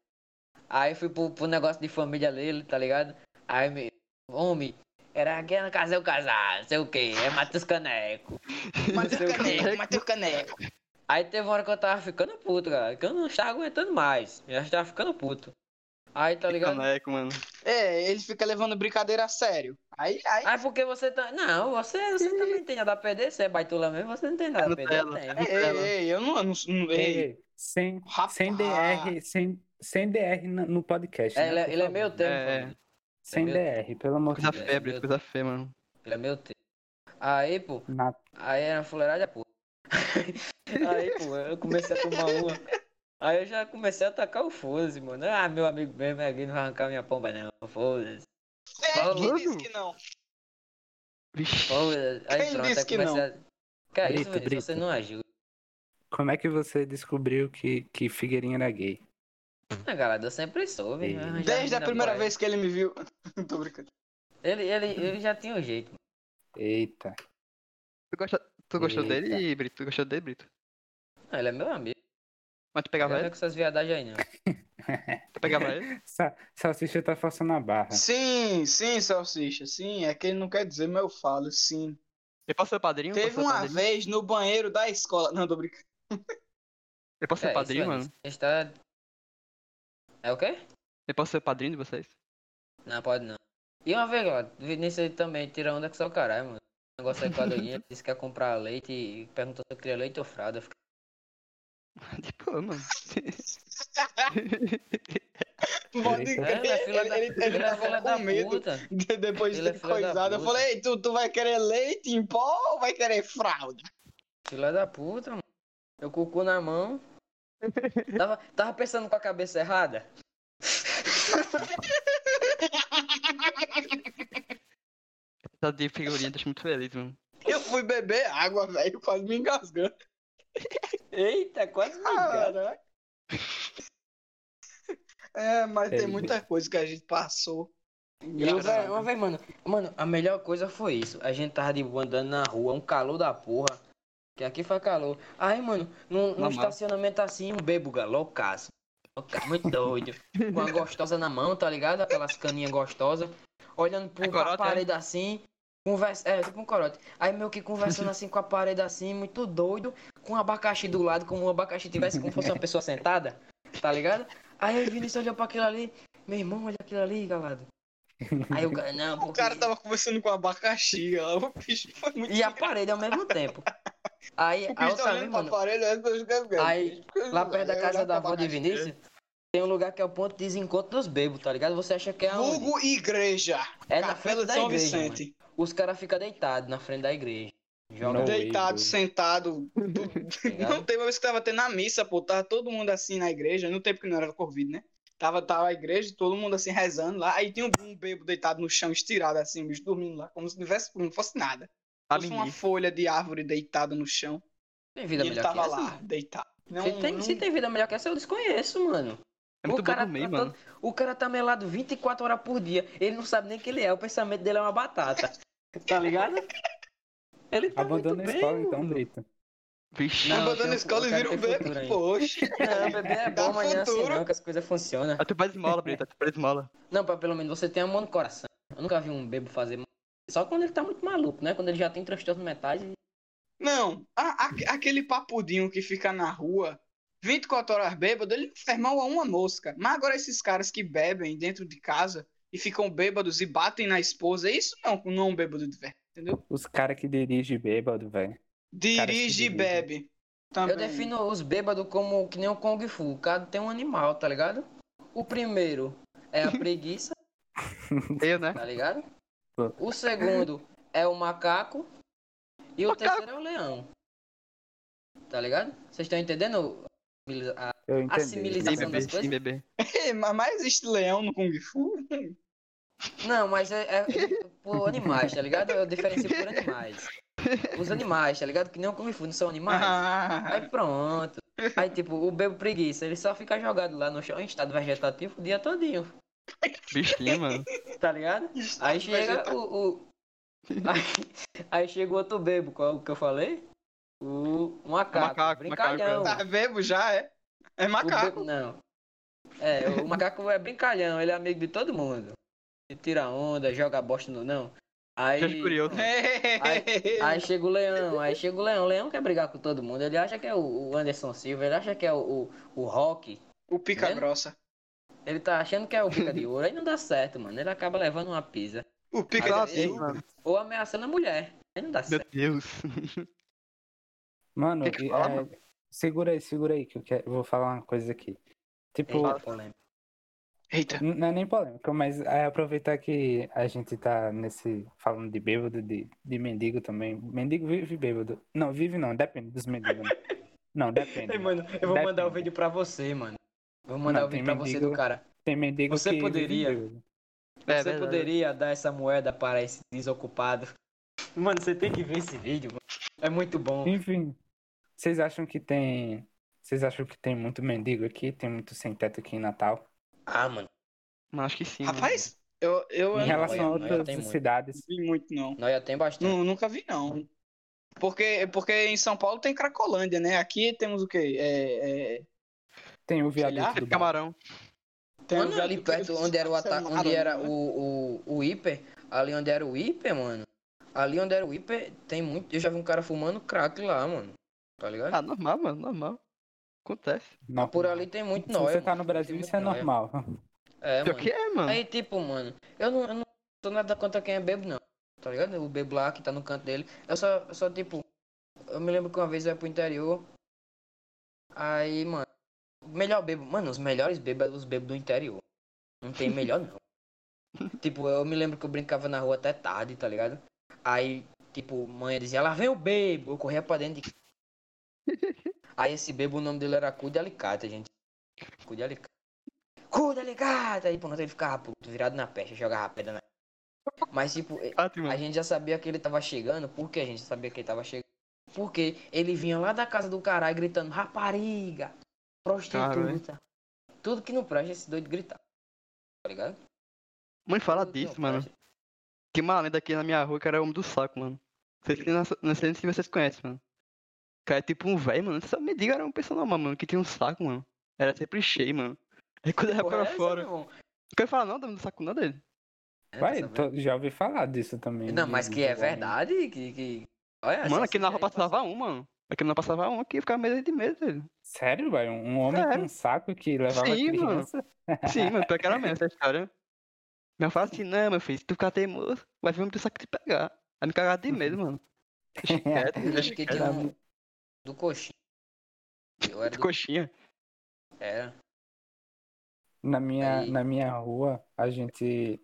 C: Aí fui pro, pro negócio de família dele, tá ligado? Aí me. Homem, era aquela casal casar, não sei o que, é Matheus Caneco.
B: Matei
D: Seu
B: o caneco,
D: caneco.
B: matei o caneco.
C: Aí teve uma hora que eu tava ficando puto, galera, que eu não estava aguentando mais. Eu já tava ficando puto. Aí, tá ligado?
D: Caneco, mano.
B: É, ele fica levando brincadeira a sério. Aí, aí.
C: Aí porque você tá. Não, você, você também tem nada a perder, você é baitola mesmo, você não tem nada a perder. Eu
B: tá
D: Nutella.
C: tenho.
B: Ei, ei, ei, eu não. Eu não, não ei,
A: Ei, sem,
B: rapaz.
A: sem DR, sem, sem DR na- no podcast.
C: É,
A: né,
C: ele, é-
A: por
C: ele é
A: favor.
C: meio tempo.
D: É,
C: mano.
A: Sem
C: meu-
A: DR, pelo amor de
D: Coisa
A: Deus.
D: feia, Brito, coisa feia, mano.
C: Ele é meio tempo. Aí, pô,
A: Na-
C: Aí era fuleiragem a puta. Aí, pô, eu comecei a tomar uma. Aí eu já comecei a atacar o foda-se, mano. Ah, meu amigo mesmo é gay, não vai arrancar minha pomba, não. Foda-se.
B: É, quem
D: Falando.
B: disse que não?
D: Vixe.
C: Foda-se. Aí
B: Quem
C: pronto,
B: disse
C: aí
B: que
C: comecei a. Cara,
A: Brito,
C: isso, Vinícius,
A: Brito.
C: você não ajuda.
A: Como é que você descobriu que, que Figueirinha era gay?
C: Ah, galera, eu sempre soube.
A: Ei.
C: né? Já
B: Desde a
C: menina
B: primeira
C: boy.
B: vez que ele me viu. Tô brincando.
C: Ele, ele, ele já tinha um jeito. mano.
A: Eita.
D: Tu, gosta... tu gostou
A: Eita.
D: dele, Brito? Tu gostou dele, Brito?
C: Não, ele é meu amigo.
D: Mas tu
C: Ele
D: pegava
C: não é
D: ele?
C: com essas viadagens aí, não.
D: Tu pegava ele?
A: Sa Salsicha tá forçando a barra.
B: Sim, sim, salsicha. Sim, é que ele não quer dizer, mas eu falo, sim.
D: Ele pode ser padrinho? Pode
B: Teve
D: ser
B: uma
D: padrinho?
B: vez no banheiro da escola. Não, tô brincando.
D: Ele pode ser
C: É,
D: padrinho,
C: isso aí,
D: mano?
C: A gente tá. É o quê?
D: Ele pode ser padrinho de vocês?
C: Não, pode não. E uma vez, ó, o Vinícius ele também tira onda com seu caralho, mano. O negócio é com a doninha, ele disse que ia comprar leite e perguntou se eu queria leite ou fralda. Eu fiquei,
D: Tipo, mano.
B: Pode
A: Ele-
B: crer,
C: "É, ele é filha
B: ele,
C: da-
B: ele, ele
C: ele é
B: tava
C: filha
B: com
C: da
B: medo
C: puta.
B: de- depois de
C: Ele é
B: ter
C: filha da
B: coisado. Eu
C: puta.
B: falei, tu, tu vai querer leite em pó ou vai querer fralda?
C: Filha da puta, mano. Eu com o cu na mão. Tava, tava pensando com a cabeça errada?
D: Tá de figurinha, deixa muito feliz, mano.
B: Eu fui beber água, velho, quase me engasgando.
C: Eita, quase me engano.
B: Caraca. É, mas tem
A: Ele-
B: muita coisa que a gente passou.
C: E eu,
B: Engraçado.
C: velho, uma vez, mano, mano, a melhor coisa foi isso. A gente tava de boa andando na rua, um calor da porra. Que aqui faz calor. Aí, mano, num, num
D: Mamar.
C: estacionamento assim, um bêbuga, loucaço. Loucaço, muito doido. Com a gostosa na mão, tá ligado? Aquelas caninhas gostosas. Olhando pro,
D: É corote,
C: pra parede assim. Conversa, é, tipo um corote. Aí meio que conversando assim com a parede assim, muito doido. Com um abacaxi do lado, como um abacaxi tivesse como fosse uma pessoa sentada. Tá ligado? Aí o Vinícius olhou pra aquilo ali. Meu irmão, olha aquilo ali, galado. Aí o cara, não,
B: O
C: porque...
B: cara tá tava conversando com abacaxi, ó. O bicho foi muito.
C: E a parede ao mesmo tempo. Aí,
B: O
C: a
B: bicho tá
C: outra vez,
B: olhando pra
C: mano,
B: parede, eu tô engasgando.
C: Aí, lá perto da
B: Eu
C: casa
B: olhava
C: da
B: pra
C: avó de
B: abacaxi.
C: Vinícius, tem um lugar que é o ponto de desencontro dos bêbados, tá ligado? Você acha que é aonde?
B: Vulgo igreja.
C: É na
B: Capela
C: frente
B: de
C: da
B: São
C: igreja, mano.
B: Vicente.
C: Os caras ficam deitados na frente da igreja. Joga
A: Não.
C: tá
B: Deitado,
A: Wilbur.
B: sentado. Não
C: ligado?
B: teve uma vez que tava tendo na missa, pô. Tava todo mundo assim na igreja. No tempo que não era Covid, né? Tava, tava a igreja, todo mundo assim rezando lá. Aí tinha um, um bebo deitado no chão, estirado assim, o bicho dormindo lá, como se não, tivesse, não fosse nada.
D: A
B: fosse uma
D: menina.
B: folha de árvore deitada no chão.
C: Tem
B: E
C: vida
B: ele
C: melhor
B: tava
C: que essa?
B: lá, deitado. Não,
C: se, tem,
B: não-
C: se tem vida melhor que essa, eu desconheço, mano.
D: É muito
C: o
D: bom
C: cara
D: comer,
C: tá
D: mano.
C: todo- O cara tá melado 24 horas por dia. Ele não sabe nem quem ele é. O pensamento dele é uma batata. Tá ligado? Ele tá
A: Abandona a
C: muito
A: escola
C: bem,
A: então,
C: mano.
A: Brito.
D: Vixe.
C: Não,
B: Abandona
C: tem
B: a
C: um-
B: escola e
C: eu quero
B: vira um
C: ter
B: bebo.
C: futuro ainda.
B: Poxa.
C: Não, bebê é
B: Dá
C: bom, mas não é assim
B: futuro.
C: não que as coisas funcionam.
D: Aí Ah, tu faz esmola, Brito. aí Tu faz esmola.
C: Não, pra, pelo menos você tem amor no coração. Eu nunca vi um bebo fazer. Só quando ele tá muito maluco, né? Quando ele já tem transtorno mentais.
B: Não, a- a- aquele papudinho que fica na rua, 24 horas bêbado, ele não faz mal a uma mosca. Mas agora esses caras que bebem dentro de casa e ficam bêbados e batem na esposa, isso não, não é um bêbado de verdade, entendeu?
A: Os caras que dirigem bêbado, velho.
B: Dirige e
A: dirigem.
B: bebe. Também.
C: Eu defino os bêbados como que nem o Kung Fu. Cada tem um animal, tá ligado? O primeiro é a preguiça,
D: Eu, né?
C: tá ligado? O segundo é o macaco. E o
D: Macaco.
C: terceiro é o leão. Tá ligado? Vocês estão entendendo a
A: Eu entendi.
C: assimilização
D: Sim,
C: das
D: bebê.
C: coisas?
D: Sim, bebê.
B: É, mas mais este leão no Kung Fu?
C: Não, mas é, é por animais, tá ligado? Eu diferencio por animais. Os animais, tá ligado? Que não Kung Fu, não são animais.
B: Ah,
C: Aí pronto. Aí tipo, o bebo preguiça, ele só fica jogado lá no chão em estado vegetativo o dia todinho.
D: Bichinho, mano.
C: tá ligado? Aí né? chega o. o- Aí, aí chega o outro bebo, qual é o que eu falei? O macaco.
D: Macaco,
C: brincalhão.
D: macaco,
B: Tá bebo já, é? É
C: O
B: macaco.
C: bebo- não. É, o macaco é brincalhão, ele é amigo de todo mundo. Ele tira onda, joga bosta no não. Aí.
D: Gente curiosa.
C: Aí chega o leão, aí chega o leão. O leão quer brigar com todo mundo. Ele acha que é o o Anderson Silva, ele acha que é o, o, o Rock.
B: O pica
C: Vendo?
B: grossa.
C: Ele tá achando que é o pica de ouro. Aí não dá certo, mano. Ele acaba levando uma pisa.
B: O pica
C: Tá
D: Cara,
B: grossa.
D: eu-
A: mano.
C: Ou ameaçando a mulher. Aí não dá
D: Meu
C: certo.
D: Deus.
A: Mano,
D: Tem que
A: e,
D: falar,
A: é,
D: mano?
A: segura aí, segura aí, que eu, quero- eu vou falar uma coisa aqui. Tipo,
C: Eita, polêmica.
B: Eita.
A: n- não é nem polêmica, mas é aproveitar que a gente tá nesse. falando de bêbado, de, de mendigo também. Mendigo vive bêbado. Não, vive não, depende dos mendigos. né? Não, depende.
C: Ei, mano, eu vou mandar o
A: Depende.
C: vídeo pra você, mano. Vou mandar
A: Não,
C: o vídeo pra
A: tem
C: você
A: mendigo-
C: do cara.
A: Tem mendigo
C: Você
A: que vive
C: poderia.
A: bêbado.
D: É,
C: você
D: verdade.
C: poderia dar essa moeda para esse desocupado? Mano, você tem que ver esse vídeo, mano. É muito bom.
A: Enfim. Vocês acham que tem. Vocês acham que tem muito mendigo aqui? Tem muito sem teto aqui em Natal?
C: Ah, mano.
D: Mas acho que sim. mano.
B: Rapaz, eu, eu,
A: Em
B: eu
A: relação a
C: Goiânia
A: outras
C: tem muito.
A: cidades.
B: não vi muito, não.
C: Nós já tem bastante.
B: Nu- Nunca vi, não. Porque, porque em São Paulo tem Cracolândia, né? Aqui temos o quê? É, é,
A: Tem o
C: ah,
B: lá,
A: viaduto
D: Teve
A: do Barro.
D: é camarão.
B: tem um
C: Mano,
B: o-
C: ali perto onde era o ataque, onde era
A: né?
C: o, o, o hiper, ali onde era o hiper, mano. Ali onde era o hiper, tem muito. Eu já vi um cara fumando crack lá, mano. Tá ligado?
D: Ah, normal, mano, normal. Acontece.
A: Ah, Não.
C: Por ali tem muito
A: Se
C: nóia.
A: você tá
C: mano.
A: no Brasil,
C: Tem
A: isso é
C: muito nóia.
A: normal.
C: É,
D: Pior
C: mano.
D: que é, mano.
C: Aí, tipo, mano, eu não, eu não sou nada contra quem é bebo, não. Tá ligado? O bebo lá que tá no canto dele. Eu só, eu só tipo, eu me lembro que uma vez eu ia pro interior. Aí, mano, o melhor bebo, mano, os melhores bebos é os bebos do interior. Não tem melhor, não. tipo, eu me lembro que eu brincava na rua até tarde, tá ligado? Aí, tipo, mãe dizia, lá vem o bebo. Eu corria pra dentro de. Aí esse bebo, o nome dele era Cu de Alicate, gente. Cu de Alicate. Cu de Alicate! Aí pronto, ele ficava puto, virado na peste, jogava pedra na. Mas, tipo,
D: Bate,
C: a
D: Ah, mano.
C: gente já sabia que ele tava chegando, porque a gente sabia que ele tava chegando. Porque ele vinha lá da casa do caralho gritando, rapariga, prostituta. Tudo que não presta, esse doido gritar. Tá ligado?
D: Mãe, fala
C: Tudo que não
D: disso, mano.
C: presta.
D: Tem uma lenda aqui na minha rua que era o homem do saco, mano. Vocês que não, não sei se vocês conhecem, mano. O Cara, é tipo um velho, mano. Só me diga, era uma pessoa normal, mano, que tinha um saco, mano. Era sempre cheio, mano. Aí quando era
C: Porra,
D: Tá
C: é
D: pra
C: essa,
D: fora.
C: meu irmão?
D: O cara fala, não, do saco não dele.
C: É, tá
A: Vai,
C: sabendo?
A: tô- já ouvi falar disso também.
C: Não,
A: de-
C: mas que é
A: de-
C: verdade, que. que...
B: É,
C: Olha,
D: né? mano,
C: essa
D: aqui na rua
C: cidade aí
D: passava um, mano. Aqui não passava um, aqui ficava meio de medo dele.
A: Sério, vai? Um homem
D: Sério.
A: com um saco que levava
D: Sim, mano.
A: criança?
D: Sim, mano, pior que era mesmo essa história. Mas eu falo assim, não, meu filho, se tu ficar teimoso, vai vir um do saco te pegar. Aí me cagava
B: Uhum.
D: de medo, mano. Deixa
B: É,
D: quieto,
C: Eu
D: deixa
C: lembro que tinha
D: quieto.
C: um do coxinha. Eu era do... É,
D: Coxinha.
C: Era.
A: Na minha,
C: Aí.
A: na minha rua, a gente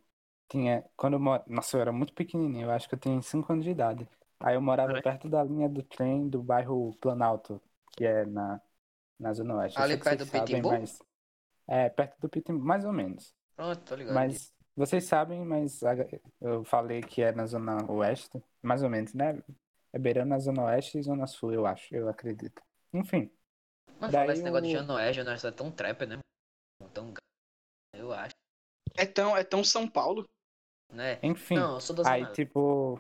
A: tinha. Quando eu morava. Nossa, eu era muito pequenininho, eu acho que eu tinha 5 anos de idade. Aí eu morava
C: Uhum.
D: Caralho.
A: perto da linha do trem do bairro Planalto, que é na, na Zona Oeste. Eu
C: Ali
A: sei que
C: perto
A: vocês
C: do
A: sabem,
C: Pitimbu?
A: mas- É, perto do Pitimbu, mais ou menos.
C: Pronto, tô ligado.
A: Mas vocês sabem, mas a- eu falei que é na Zona Oeste, mais ou menos, né? É beirando a Zona Oeste e Zona Sul, eu acho, eu acredito. Enfim,
C: Mano,
A: Daí
C: fala esse negócio de
A: o-
C: Janoé, Janoé é tão trapper, né? mano? Tão ga- eu acho,
B: É tão, é tão São Paulo.
C: né?
A: enfim.
C: Não, eu sou da
A: Aí,
C: Zona
A: tipo.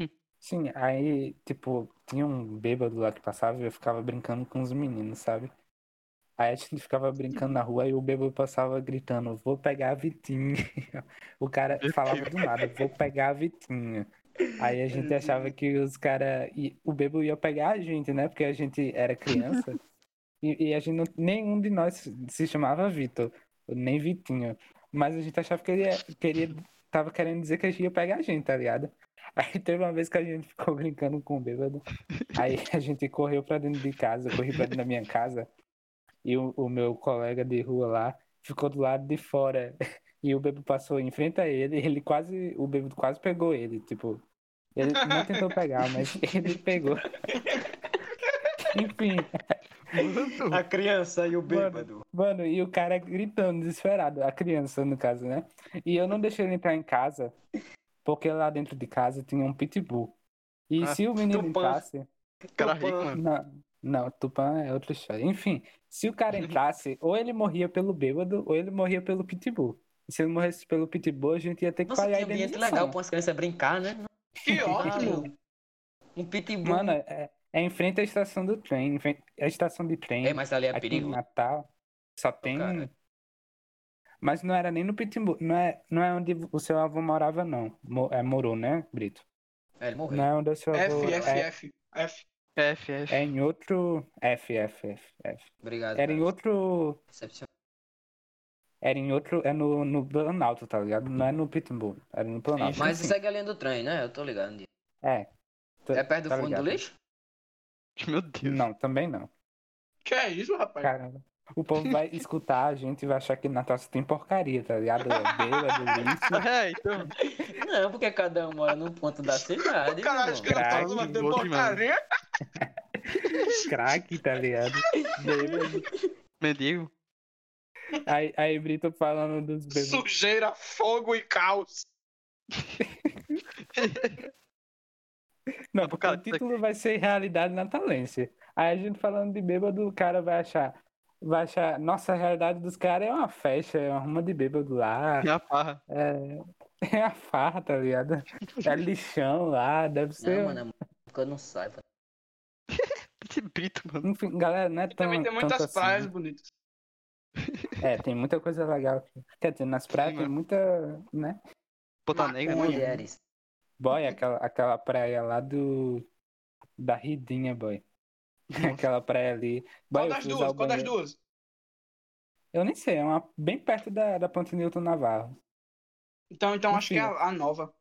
D: Hum.
A: Sim, aí, tipo, tinha um bêbado lá que passava e eu ficava brincando com os meninos, sabe? Aí a gente ficava brincando na rua e o bêbado passava gritando, vou pegar a Vitinha. O cara falava do nada, vou pegar a Vitinha. Aí a gente achava que os caras. O bêbado ia pegar a gente, né? Porque a gente era criança. E, e a gente não, nenhum de nós se chamava Vitor, nem Vitinho. Mas a gente achava que ele ia- queria tava querendo dizer que a gente ia pegar a gente, tá ligado? Aí teve uma vez que a gente ficou brincando com o bêbado. Aí a gente correu pra dentro de casa, eu corri pra dentro da minha casa. E o, o meu colega de rua lá ficou do lado de fora. E o bêbado passou em frente a ele, ele quase. O bêbado quase pegou ele, tipo. Ele não tentou pegar, mas ele pegou. Enfim,
D: Mano,
C: A criança e o
A: bêbado. mano, e o cara gritando, desesperado, a criança no caso, né? E eu não deixei ele entrar em casa, porque lá dentro de casa tinha um pitbull. E
D: Ah,
A: se o menino
C: Tupã.
A: entrasse.
D: cara rico, mano.
A: Não, não, Tupã é outra história. Enfim, se o cara entrasse, ou ele morria pelo bêbado, ou ele morria pelo pitbull. Se eu morresse pelo pitbull, a gente ia ter que
C: Nossa,
A: pagar
C: que
A: a
C: ambiente
A: indenização.
C: legal pra umas crianças brincar, né?
A: Ah,
B: Que ótimo.
C: Um pitbull.
A: Mano, é, é em frente à estação do trem. em frente- É a estação de trem.
C: é, mas ali é
A: aqui em
C: perigo.
A: Natal. Só tem.
C: cara.
A: Mas não era nem no Pitimbu. Não é, não é onde o seu avô morava, não. Mo- é, morou, né, Brito?
C: É, ele morreu.
A: Não é onde o seu avô.
B: F, F,
A: é,
B: F, F.
D: F, F.
A: é em outro. F, F, F, F.
C: Obrigado.
A: Era em
C: cara.
A: outro.
C: Decepcionante.
A: Era em outro. É no, no Planalto, tá ligado? Não é no Pitimbu. Era no Planalto.
C: Mas
A: Enfim,
C: segue a linha do trem, né? Eu tô ligado. nisso.
A: É. Tô-
C: É perto do
A: tá
C: fundo do
A: ligado.
C: lixo?
D: Meu
C: é-
D: Deus.
A: Não, também não.
B: Que é isso, rapaz?
A: Caramba. O povo vai escutar a gente e vai achar que Natal só tem porcaria, tá ligado? É beira, é lixo.
D: É, então.
C: Não, porque cada um mora num ponto da cidade.
B: Caralho,
C: irmão.
B: os caras
A: Craque,
B: falam de
D: outro, mano.
B: porcaria.
A: craque, tá ligado? Bêbado.
D: Mendigo.
A: Aí, aí Brito falando dos bebês.
B: Sujeira, fogo e caos.
A: Não, porque o
D: cara,
A: título vai ser Realidade Natalense. Aí a gente falando de bêbado, o cara vai achar. Vai achar. Nossa, a realidade dos caras é uma festa, é uma ruma de bêbado lá.
D: É a farra.
A: É a farra, tá ligado? É lixão lá, deve ser. um
C: Não, mano, é muito porque eu não saio. mano.
D: Esse brito, mano.
A: Enfim, galera, não é
B: E
A: tão.
B: também tem muitas
A: tanto assim,
B: praias
A: né?
B: bonitas.
A: É, tem muita coisa legal aqui. Quer dizer, nas praias tem
D: mano.
A: muita, né?
D: Ponta negra,
B: Maconha.
D: mano.
C: É Mulheres.
A: Boy, aquela, aquela praia lá do. Da Ridinha, boy. Aquela praia ali. Boy,
B: Qual
A: eu
B: das
A: fui usar
B: duas?
A: o
B: Qual das
A: banheiro.
B: duas?
A: Eu nem sei, é uma bem perto da, da Ponte Newton Navarro.
B: Então, então acho que é a, a nova.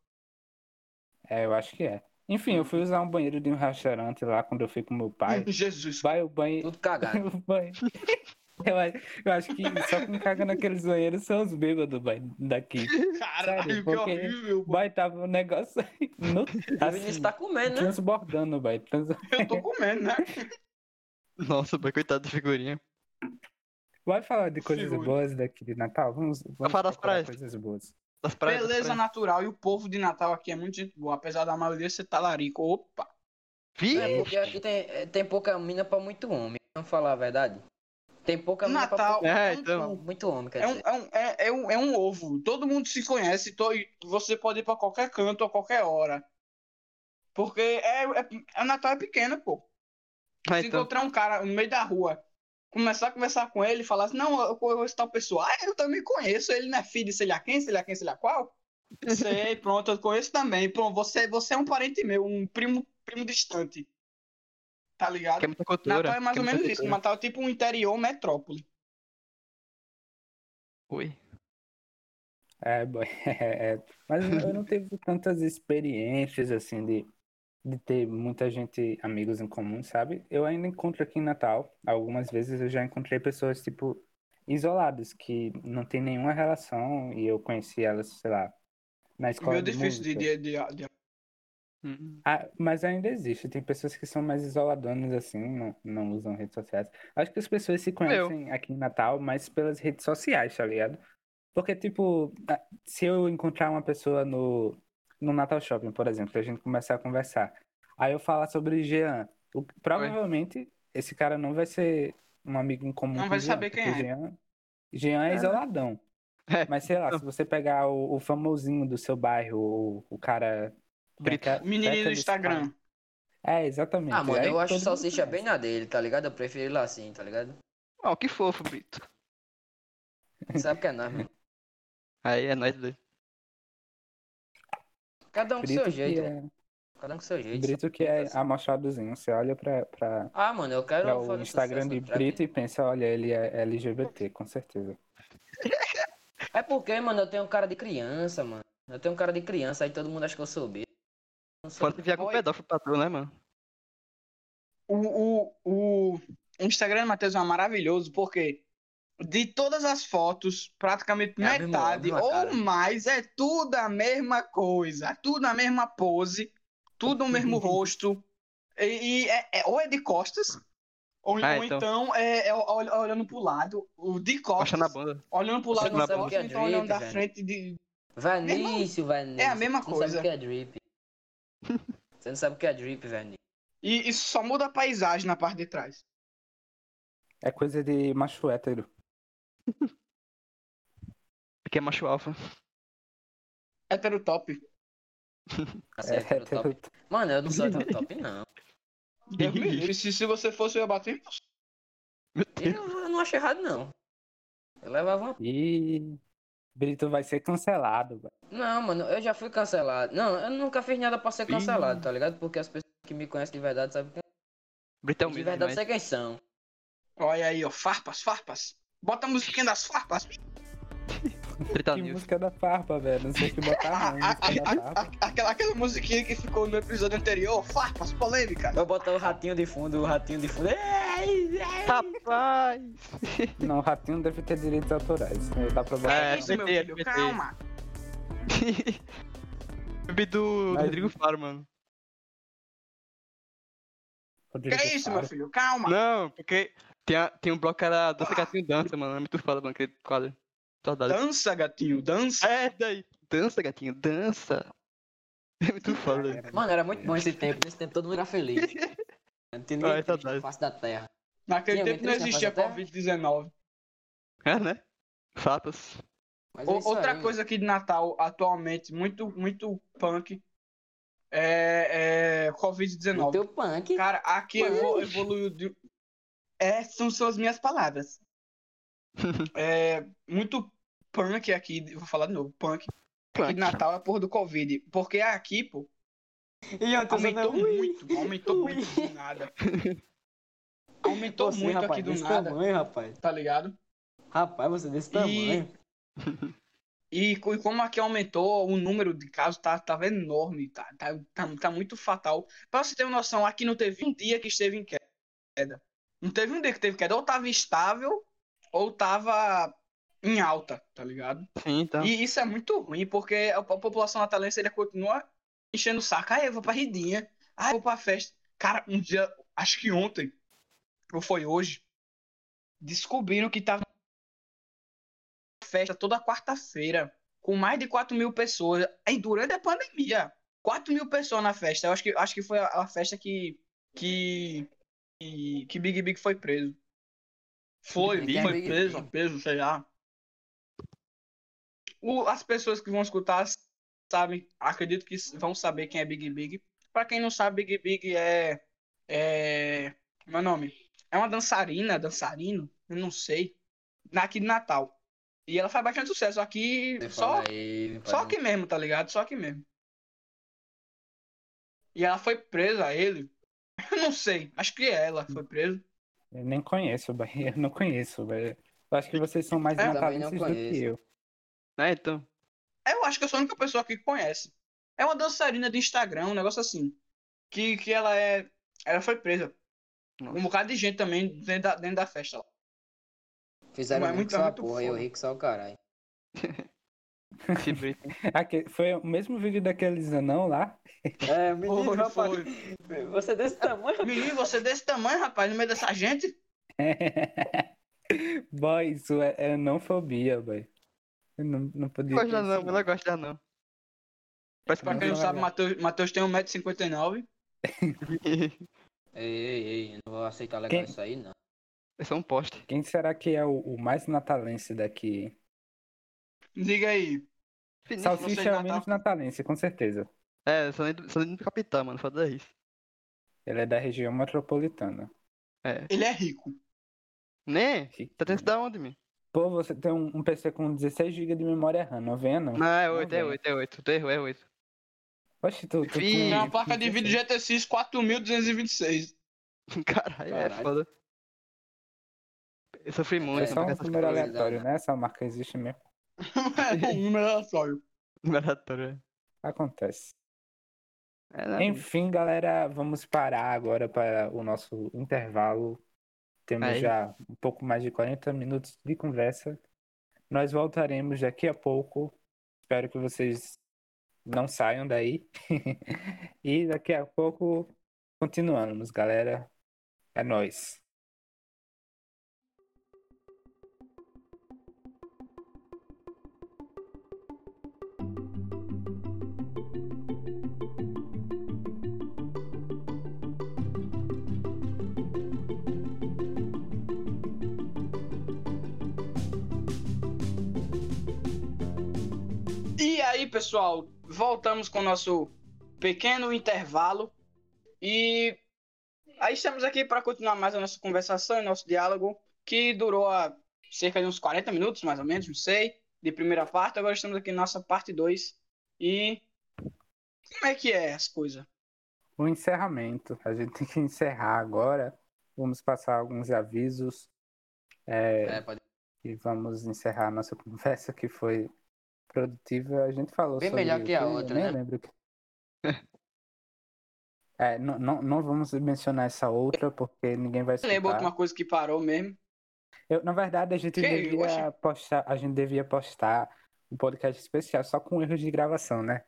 A: É, eu acho que é. Enfim, eu fui usar um banheiro de um restaurante lá quando eu fui com meu pai.
B: Jesus.
A: Vai o banheiro.
C: Tudo cagado.
A: Eu, a- eu acho que só quem caga naqueles banheiros são os bêbados boy, daqui.
B: Caralho, que
A: porque-
B: horrível.
A: O boy tava um negócio no,
C: O
A: assim,
C: Vinícius tá comendo, né?
A: transbordando, boy. Trans...
B: Eu tô comendo, né?
D: Nossa, mas coitado de figurinha.
A: Vai falar de coisas
B: Segura.
A: boas daqui de Natal? Vamos, vamos
D: falar das
A: procurar
D: praias.
A: coisas boas.
D: Das praias. das
B: Beleza
D: praias.
B: natural. E o povo de Natal aqui é muito gente boa. Apesar da maioria ser talarico. Opa.
C: É
D: Vi?
C: porque aqui tem, é, tem pouca mina pra muito homem. Vamos falar a verdade? Tem pouca mina pra
B: Natal.
D: É,
B: um-
D: então.
C: pou- muito homem, quer
B: É um,
C: dizer.
B: é, um, é, é um, é um ovo. Todo mundo se conhece to- e você pode ir pra qualquer canto a qualquer hora. Porque é, é, a Natal é pequena, pô.
D: Ah,
B: se
D: então.
B: encontrar um cara no meio da rua, começar a conversar com ele e falar assim, não, eu conheço tal pessoa. Ah, eu também conheço, ele não é filho de sei lá quem, sei lá quem, sei lá qual. Sei, pronto, eu conheço também. Pronto, você, você é um parente meu, um primo, primo distante. Tá ligado?
D: Que é muita cultura.
B: Natal é mais
D: que
B: ou
D: muita
B: menos isso.
D: cultura.
B: Natal é tipo um interior metrópole.
D: Oi.
A: É, boy. é, é. Mas eu eu não tive tantas experiências assim de, de ter muita gente, amigos em comum, sabe? Eu ainda encontro aqui em Natal. Algumas vezes eu já encontrei pessoas, tipo, isoladas, que não tem nenhuma relação e eu conheci elas, sei lá, na escola
B: Meio
A: de
B: difícil de,
A: música.
B: de, de, de
D: Hum.
A: Ah, mas ainda existe, tem pessoas que são mais isoladonas assim, não, não usam redes sociais. Acho que as pessoas se conhecem aqui em Natal mais pelas redes sociais, tá ligado? Porque, tipo, ah, se eu encontrar uma pessoa no, no Natal Shopping, por exemplo, e a gente começar a conversar, aí eu falar sobre Jean, o- provavelmente esse cara não vai ser um amigo em comum
B: Não
A: com
B: vai
A: Jean,
B: saber quem
A: porque
B: é.
A: Jean, Jean é isoladão.
D: É.
A: Mas sei lá, se você pegar o, o famosinho do seu bairro, o, o cara. é
D: Brito.
A: Peca-
B: Menininho
A: peca
B: do
A: desse cara.
B: Instagram.
A: É, exatamente.
C: Ah, mano,
A: Aí
C: eu acho
A: todo mundo é.
C: salsicha bem
A: conhece.
C: na dele, tá ligado? Eu prefiro ele assim, tá ligado?
D: Ó, Ah, que fofo, Brito.
C: Sabe o que é nós, mano?
D: Aí é nóis dois.
C: Cada um com
A: Brito que
C: seu jeito, né?
A: é,
C: Cada um com seu jeito.
A: Brito que é amostradozinho. Você olha pra, pra,
C: Ah, mano, eu quero
A: pra o
C: fazer
A: Instagram
C: sucesso
A: de
C: pra
A: Brito e pensa, olha, ele é LGBT, com certeza.
C: mim. É porque, mano, eu tenho cara de criança, mano. Eu tenho um cara de criança, aí todo mundo acha que eu sou besta. Não sou
D: Fora que vier com
B: Oi.
D: pedófilo patrão, né, mano?
B: O, o, o Instagram do Matheus é maravilhoso porque de todas as fotos, praticamente
C: É a mesma-
B: metade
C: a mesma cara.
B: ou mais é tudo a mesma coisa, é tudo a mesma pose, tudo o mesmo rosto. E, e é, é- ou é de costas, ou,
D: Ah,
B: ou
D: então.
B: então, é, é ol- olhando pro lado, o de
D: Coxa
B: costas,
D: na bunda.
B: olhando pro
C: Você
B: lado
C: não
B: de
C: sabe o que é
B: costas, então olhando
C: direito,
B: da
C: velho.
B: frente de.
C: Vanício, Vanício.
B: é a mesma
C: Você não sabe
B: coisa.
C: o que é drip. Você não sabe o que é drip, Vanício.
B: E isso só muda a paisagem na parte de trás.
A: É coisa de macho hétero.
D: que é macho alfa.
B: Hétero top.
A: É,
C: Assim, hétero top. Mano, eu não sou hétero top, não.
B: Deus me livre. Se, se você fosse, eu ia bater em você.
D: Meu Deus.
C: Eu, eu não acho errado, não. Eu levava uma.
A: E Brito vai ser cancelado. velho.
C: Não, mano, eu já fui cancelado. Não, eu nunca fiz nada pra ser cancelado, tá ligado? Porque as pessoas que me conhecem de verdade sabem quem
D: Brito é
C: de
D: humilde
C: verdade
D: demais.
C: sei quem são.
B: Olha aí, ó. Farpas, farpas. Bota a musiquinha das farpas.
C: Tá
D: Brita
A: Que
D: News.
A: música da farpa, velho. Não sei o que botar, não.
B: A- a-
A: Música da
B: a-
A: farpa.
B: a- Aquela, aquela musiquinha que ficou no episódio anterior, farpas, polêmica.
C: Eu botar o ratinho de fundo, o ratinho de fundo. Ei, ei.
D: Rapaz!
A: Não, o Ratinho deve ter direitos autorais. Não dá pra botar.
D: É,
A: não.
B: isso, meu
D: SBT,
B: filho,
D: SBT.
B: calma.
D: Bebê do
A: Mas-
D: Rodrigo Faro, mano.
B: Que
A: Rodrigo
B: é isso, meu
A: Faro.
B: filho, calma.
D: Não, porque tem, a- tem um bloco que era Dança Gatinho Dança, mano. É muito foda, mano, aquele quadro. Saudades.
B: Dança, gatinho, dança.
D: É, daí. Dança, gatinho, dança. É muito foda.
C: Mano, era muito bom esse tempo. Nesse tempo todo mundo era feliz. Não tinha
D: Ai,
B: Ah,
C: ninguém triste
D: saudades.
C: na face da terra.
B: Naquele
C: Tinha
B: tempo não
C: alguém triste na
B: existia
C: face da terra?
B: Covid-19.
D: É, né? Fatos.
C: Mas é
B: O-
C: isso
B: Outra
C: aí,
B: coisa aqui de Natal, atualmente, muito, muito punk, é, é
C: mano. O
B: Covid-19.
C: teu punk.
B: Cara, aqui evo-
C: Punk.
B: evoluiu de... um- É, são, são as minhas palavras. É, muito punk aqui, vou falar de novo, punk. Aqui de Natal é porra do Covid. Porque aqui, pô,
C: E eu tô um
B: aumentou
C: sendo-
B: muito, aumentou
C: Ui.
B: muito do nada. Aumentou
C: Você,
B: muito
C: rapaz, é
B: aqui do
C: desse
B: nada,
C: tamanho, rapaz.
B: tá ligado?
C: Rapaz, você
B: é
C: desse tamanho.
B: E, co- e como aqui aumentou, o número de casos tá, tava enorme, tá, tá, tá, tá muito fatal. Pra você ter uma noção, aqui não teve um dia que esteve em queda. Não teve um dia que teve queda. Ou tava estável, ou tava em alta, tá ligado?
D: Sim, então.
B: E isso é muito ruim, porque a, a população natalense ainda continua enchendo o saco. Ah, eu vou pra ridinha. Ah, eu vou pra festa. Cara, um dia, acho que ontem, ou foi hoje, descobriram que tava festa toda quarta-feira, com mais de 4 mil pessoas. Aí, durante a pandemia, 4 mil pessoas na festa. Eu acho que, acho que foi a, a festa que, que, que, que Big Big foi preso. Foi,
C: Big Big
B: foi
C: Big
B: preso,
C: Big.
B: preso, sei lá. O- as pessoas que vão escutar sabem, acredito que vão saber quem é Big Big. Pra quem não sabe, Big Big é. É. Meu nome. É uma dançarina, dançarino, eu não sei. Aqui de Natal. E ela faz bastante sucesso aqui,
C: Você
B: só,
C: fala aí, me
B: só
C: faz um-
B: aqui mesmo, tá ligado? Só aqui mesmo. E ela foi presa, ele. Eu não sei, acho que ela foi presa.
A: Eu nem conheço, velho. Eu não conheço, velho. Eu acho que vocês são mais
B: Eu
C: É, também
A: natalenses
C: não
A: do que
C: conheço.
A: eu.
D: É, então.
B: Eu acho que eu sou a única pessoa aqui que conhece. É uma dançarina de Instagram, um negócio assim. Que, que ela é. Ela foi presa.
D: Nossa.
B: Um bocado de gente também dentro da, dentro da festa. lá.
C: Fizeram
B: Mas
C: muito
B: muito-
C: só a
B: muito
C: porra, eu
B: foda.
C: ri que só o caralho.
D: Esse Brito.
A: Aque- Foi o mesmo vídeo daqueles anão lá.
C: É, me
B: Foi,
C: rapaz. tipo,
B: foi.
C: Você é desse tamanho,
B: Menino, você é desse tamanho, rapaz, no meio dessa gente?
A: Boy, isso é, é anãofobia, velho. Eu não, não podia.
D: Não gosto da
A: ter
D: não,
A: isso,
D: eu não gosto da não. Parece
B: Pra quem
A: Não,
B: não sabe,
A: não.
B: Matheus- Matheus tem 1,59m.
D: que
C: Ei, ei, ei, eu não vou aceitar legal
A: Quem-
C: isso aí, não.
D: é só um poste.
A: Quem será que é o, o mais natalense daqui?
B: Diga aí.
D: Finíssimo.
A: Salsicha é
B: Natal.
A: o menos natalense, com certeza.
D: É, só nem do, só nem do capitão, mano. Foda isso.
A: Ele é da região metropolitana.
D: É.
B: Ele é rico.
D: Né? Tá tendo isso da onde, mim?
A: Pô, você tem um, um PC com 16 GB de memória RAM, não vem, não?
D: Não, é 8, é
A: velho.
D: 8, é 8. Tu errou, é 8.
A: Oxe, tu, tu
D: Ih,
A: tinha-
B: Tem uma placa de vídeo GTX 4226.
D: Caralho, é
C: Caralho.
D: foda. Eu sofri muito
A: É só
D: com
A: um
D: essas
A: número
D: coisas.
A: aleatório, né? Essa marca existe mesmo.
B: É um número aleatório.
D: Aleatório.
A: Acontece.
D: É, não,
A: Enfim, galera, vamos parar agora para o nosso intervalo. Temos
D: Aí.
A: já um pouco mais de 40 minutos de conversa. Nós voltaremos daqui a pouco. Espero que vocês não saiam daí. e daqui a pouco continuamos, galera. É nóis.
B: aí, pessoal. Voltamos com o nosso pequeno intervalo. E aí estamos aqui para continuar mais a nossa conversação e nosso diálogo, que durou ah, cerca de uns 40 minutos, mais ou menos, não sei, de primeira parte. Agora estamos aqui na nossa parte 2. E como é que é as coisas?
A: O encerramento. A gente tem que encerrar agora. Vamos passar alguns avisos. É,
C: É, pode...
A: E vamos encerrar a nossa conversa, que foi produtiva. A gente falou
C: Bem
A: sobre...
C: melhor que a
A: eu
C: outra,
A: nem
C: né?
A: lembro o que- É, não, não, não vamos mencionar essa outra, porque ninguém vai
B: Eu lembro a
A: escutar.
B: última coisa que parou mesmo.
A: Eu- na verdade, a gente,
B: Que
A: devia
B: isso?
A: postar, a gente devia postar um podcast especial só com erros de gravação, né?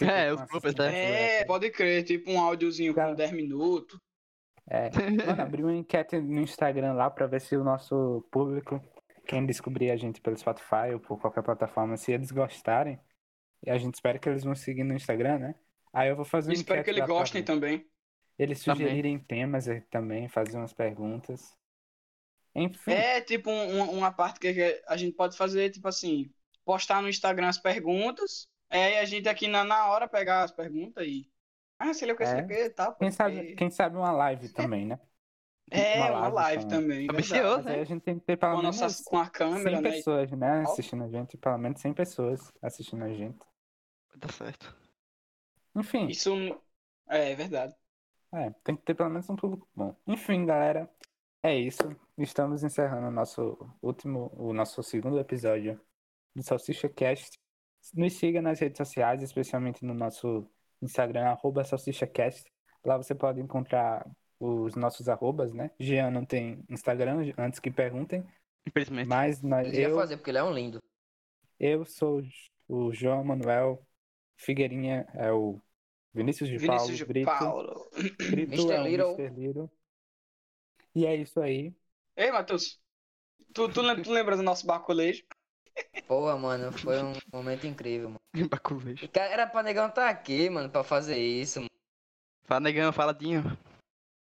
D: É,
A: com
D: os
A: essas
D: bloopers, né?
B: É,
A: conversas.
B: pode crer, tipo um áudiozinho
A: Cara.
B: com 10 minutos.
D: Tá
A: Mano, é abri uma enquete no Instagram lá pra ver se o nosso público, quem descobrir a gente pelo Spotify ou por qualquer plataforma, se eles gostarem, e a gente espera que eles vão seguir no Instagram, né? Aí eu vou fazer
B: E
A: uma
B: espero
A: enquete
B: que eles
A: lá pra
B: gostem
A: ver.
B: também.
A: Eles
D: Também.
A: sugerirem temas aí também, fazer umas perguntas. Enfim,
B: É, tipo um- um- uma parte que- que a gente pode fazer, tipo assim, postar no Instagram as perguntas. É, e a gente aqui na, na hora pegar as perguntas e. Ah, sei lá o que, sei lá o
A: É.
B: que, tá. pode
A: quem,
B: ser.
A: sabe, quem sabe uma live também, né?
B: É, uma live também.
D: Ambicioso,
A: Mas aí
D: né?
A: a gente tem que ter pelo
B: Com, a
A: menos
B: nossa, com a
A: 100
B: câmera, né?
A: pessoas, né? Assistindo a gente, pelo menos 100 pessoas assistindo a gente. é
D: Tá certo.
A: Enfim,
B: Isso. É, é verdade.
A: é, tem que ter pelo menos um público bom. Enfim, galera, é isso. Estamos encerrando o nosso último, o nosso segundo episódio do Salsicha Cast. Nos siga nas redes sociais, especialmente no nosso Instagram, arroba salsichacast. Lá você pode encontrar os nossos arrobas, né? Jean não tem Instagram, antes que perguntem.
D: Infelizmente.
A: Mas nós,
C: Ele ia
A: eu,
C: fazer, porque ele é um lindo.
A: Eu sou o João Manuel Figueirinha, é o Vinícius de Paulo
B: Vinícius de
A: Brito.
B: Paulo.
A: Brito
C: Mr.
A: é o
C: Little.
A: Mr. Little. E é isso aí.
B: Ei, Matheus. Tu, tu, lem- tu lembra do nosso baculejo?
C: Porra, mano, foi um momento incrível, mano.
D: Baculejo.
C: Cara, Era pra negão tá aqui, mano, pra fazer isso, mano.
D: Fala, negão, faladinho.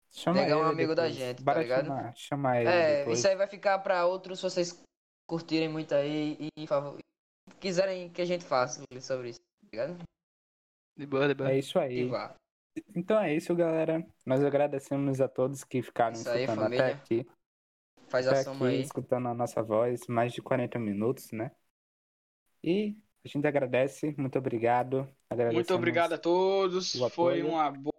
A: Chama
C: Pegar um
A: ele
C: amigo da
A: depois.
C: gente, tá
A: Bora
C: ligado?
A: chamar, chamar ele
C: É,
A: depois.
C: isso aí vai ficar pra outros, se vocês curtirem muito aí e, e favor- quiserem que a gente faça sobre isso, tá ligado?
D: De boa, de boa.
A: É isso aí.
C: E vá.
A: Então é isso, galera. Nós agradecemos a todos que ficaram
C: Isso aí,
A: escutando
C: família.
A: até aqui.
C: Faz a
A: Até
C: soma
A: Tá aqui,
C: aí.
A: escutando a nossa voz, mais de 40 minutos, né? E a gente agradece. Muito obrigado. Agradecemos.
B: Muito obrigado a todos.
A: o apoio.
B: Foi uma boa,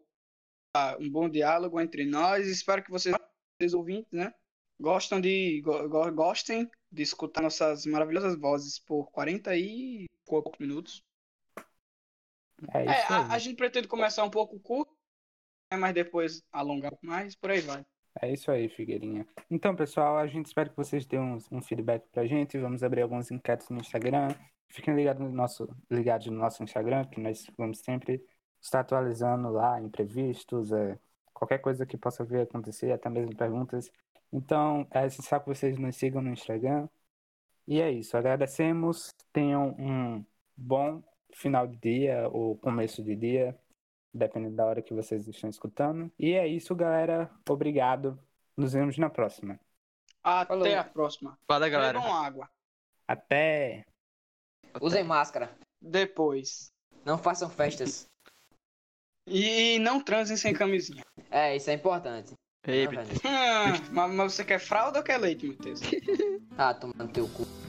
B: um bom diálogo entre nós. Espero que vocês, vocês ouvintes, né? Gostam de, go- go- gostem de escutar nossas maravilhosas vozes por 40 e poucos minutos.
A: É
B: É,
A: isso aí.
B: a, a gente pretende começar um pouco curto, né, mas depois alongar um pouco mais, por aí vai.
A: É isso aí, Figueirinha. Então, pessoal, a gente espera que vocês deem uns- um, feedback pra gente. Vamos abrir algumas enquetes no Instagram. Fiquem ligados no nosso, ligados no nosso Instagram, que nós vamos sempre estar atualizando lá imprevistos, é, qualquer coisa que possa vir a acontecer, até mesmo perguntas. Então, é essencial que vocês nos sigam no Instagram. E é isso. Agradecemos. Tenham um bom final de dia ou começo de dia, dependendo da hora que vocês estão escutando. E é isso, galera. Obrigado. Nos vemos na próxima.
B: Até
C: Falou.
B: a próxima.
D: Fala, galera.
B: Bebam água.
A: Até!
C: Usem máscara.
B: Depois.
C: Não façam festas.
B: E não transem sem camisinha.
C: É, isso é importante.
D: Ei,
C: Tá, velho?
B: Hum, mas mas você quer fralda ou quer leite, Matheus?
C: Ah, tomando teu cu.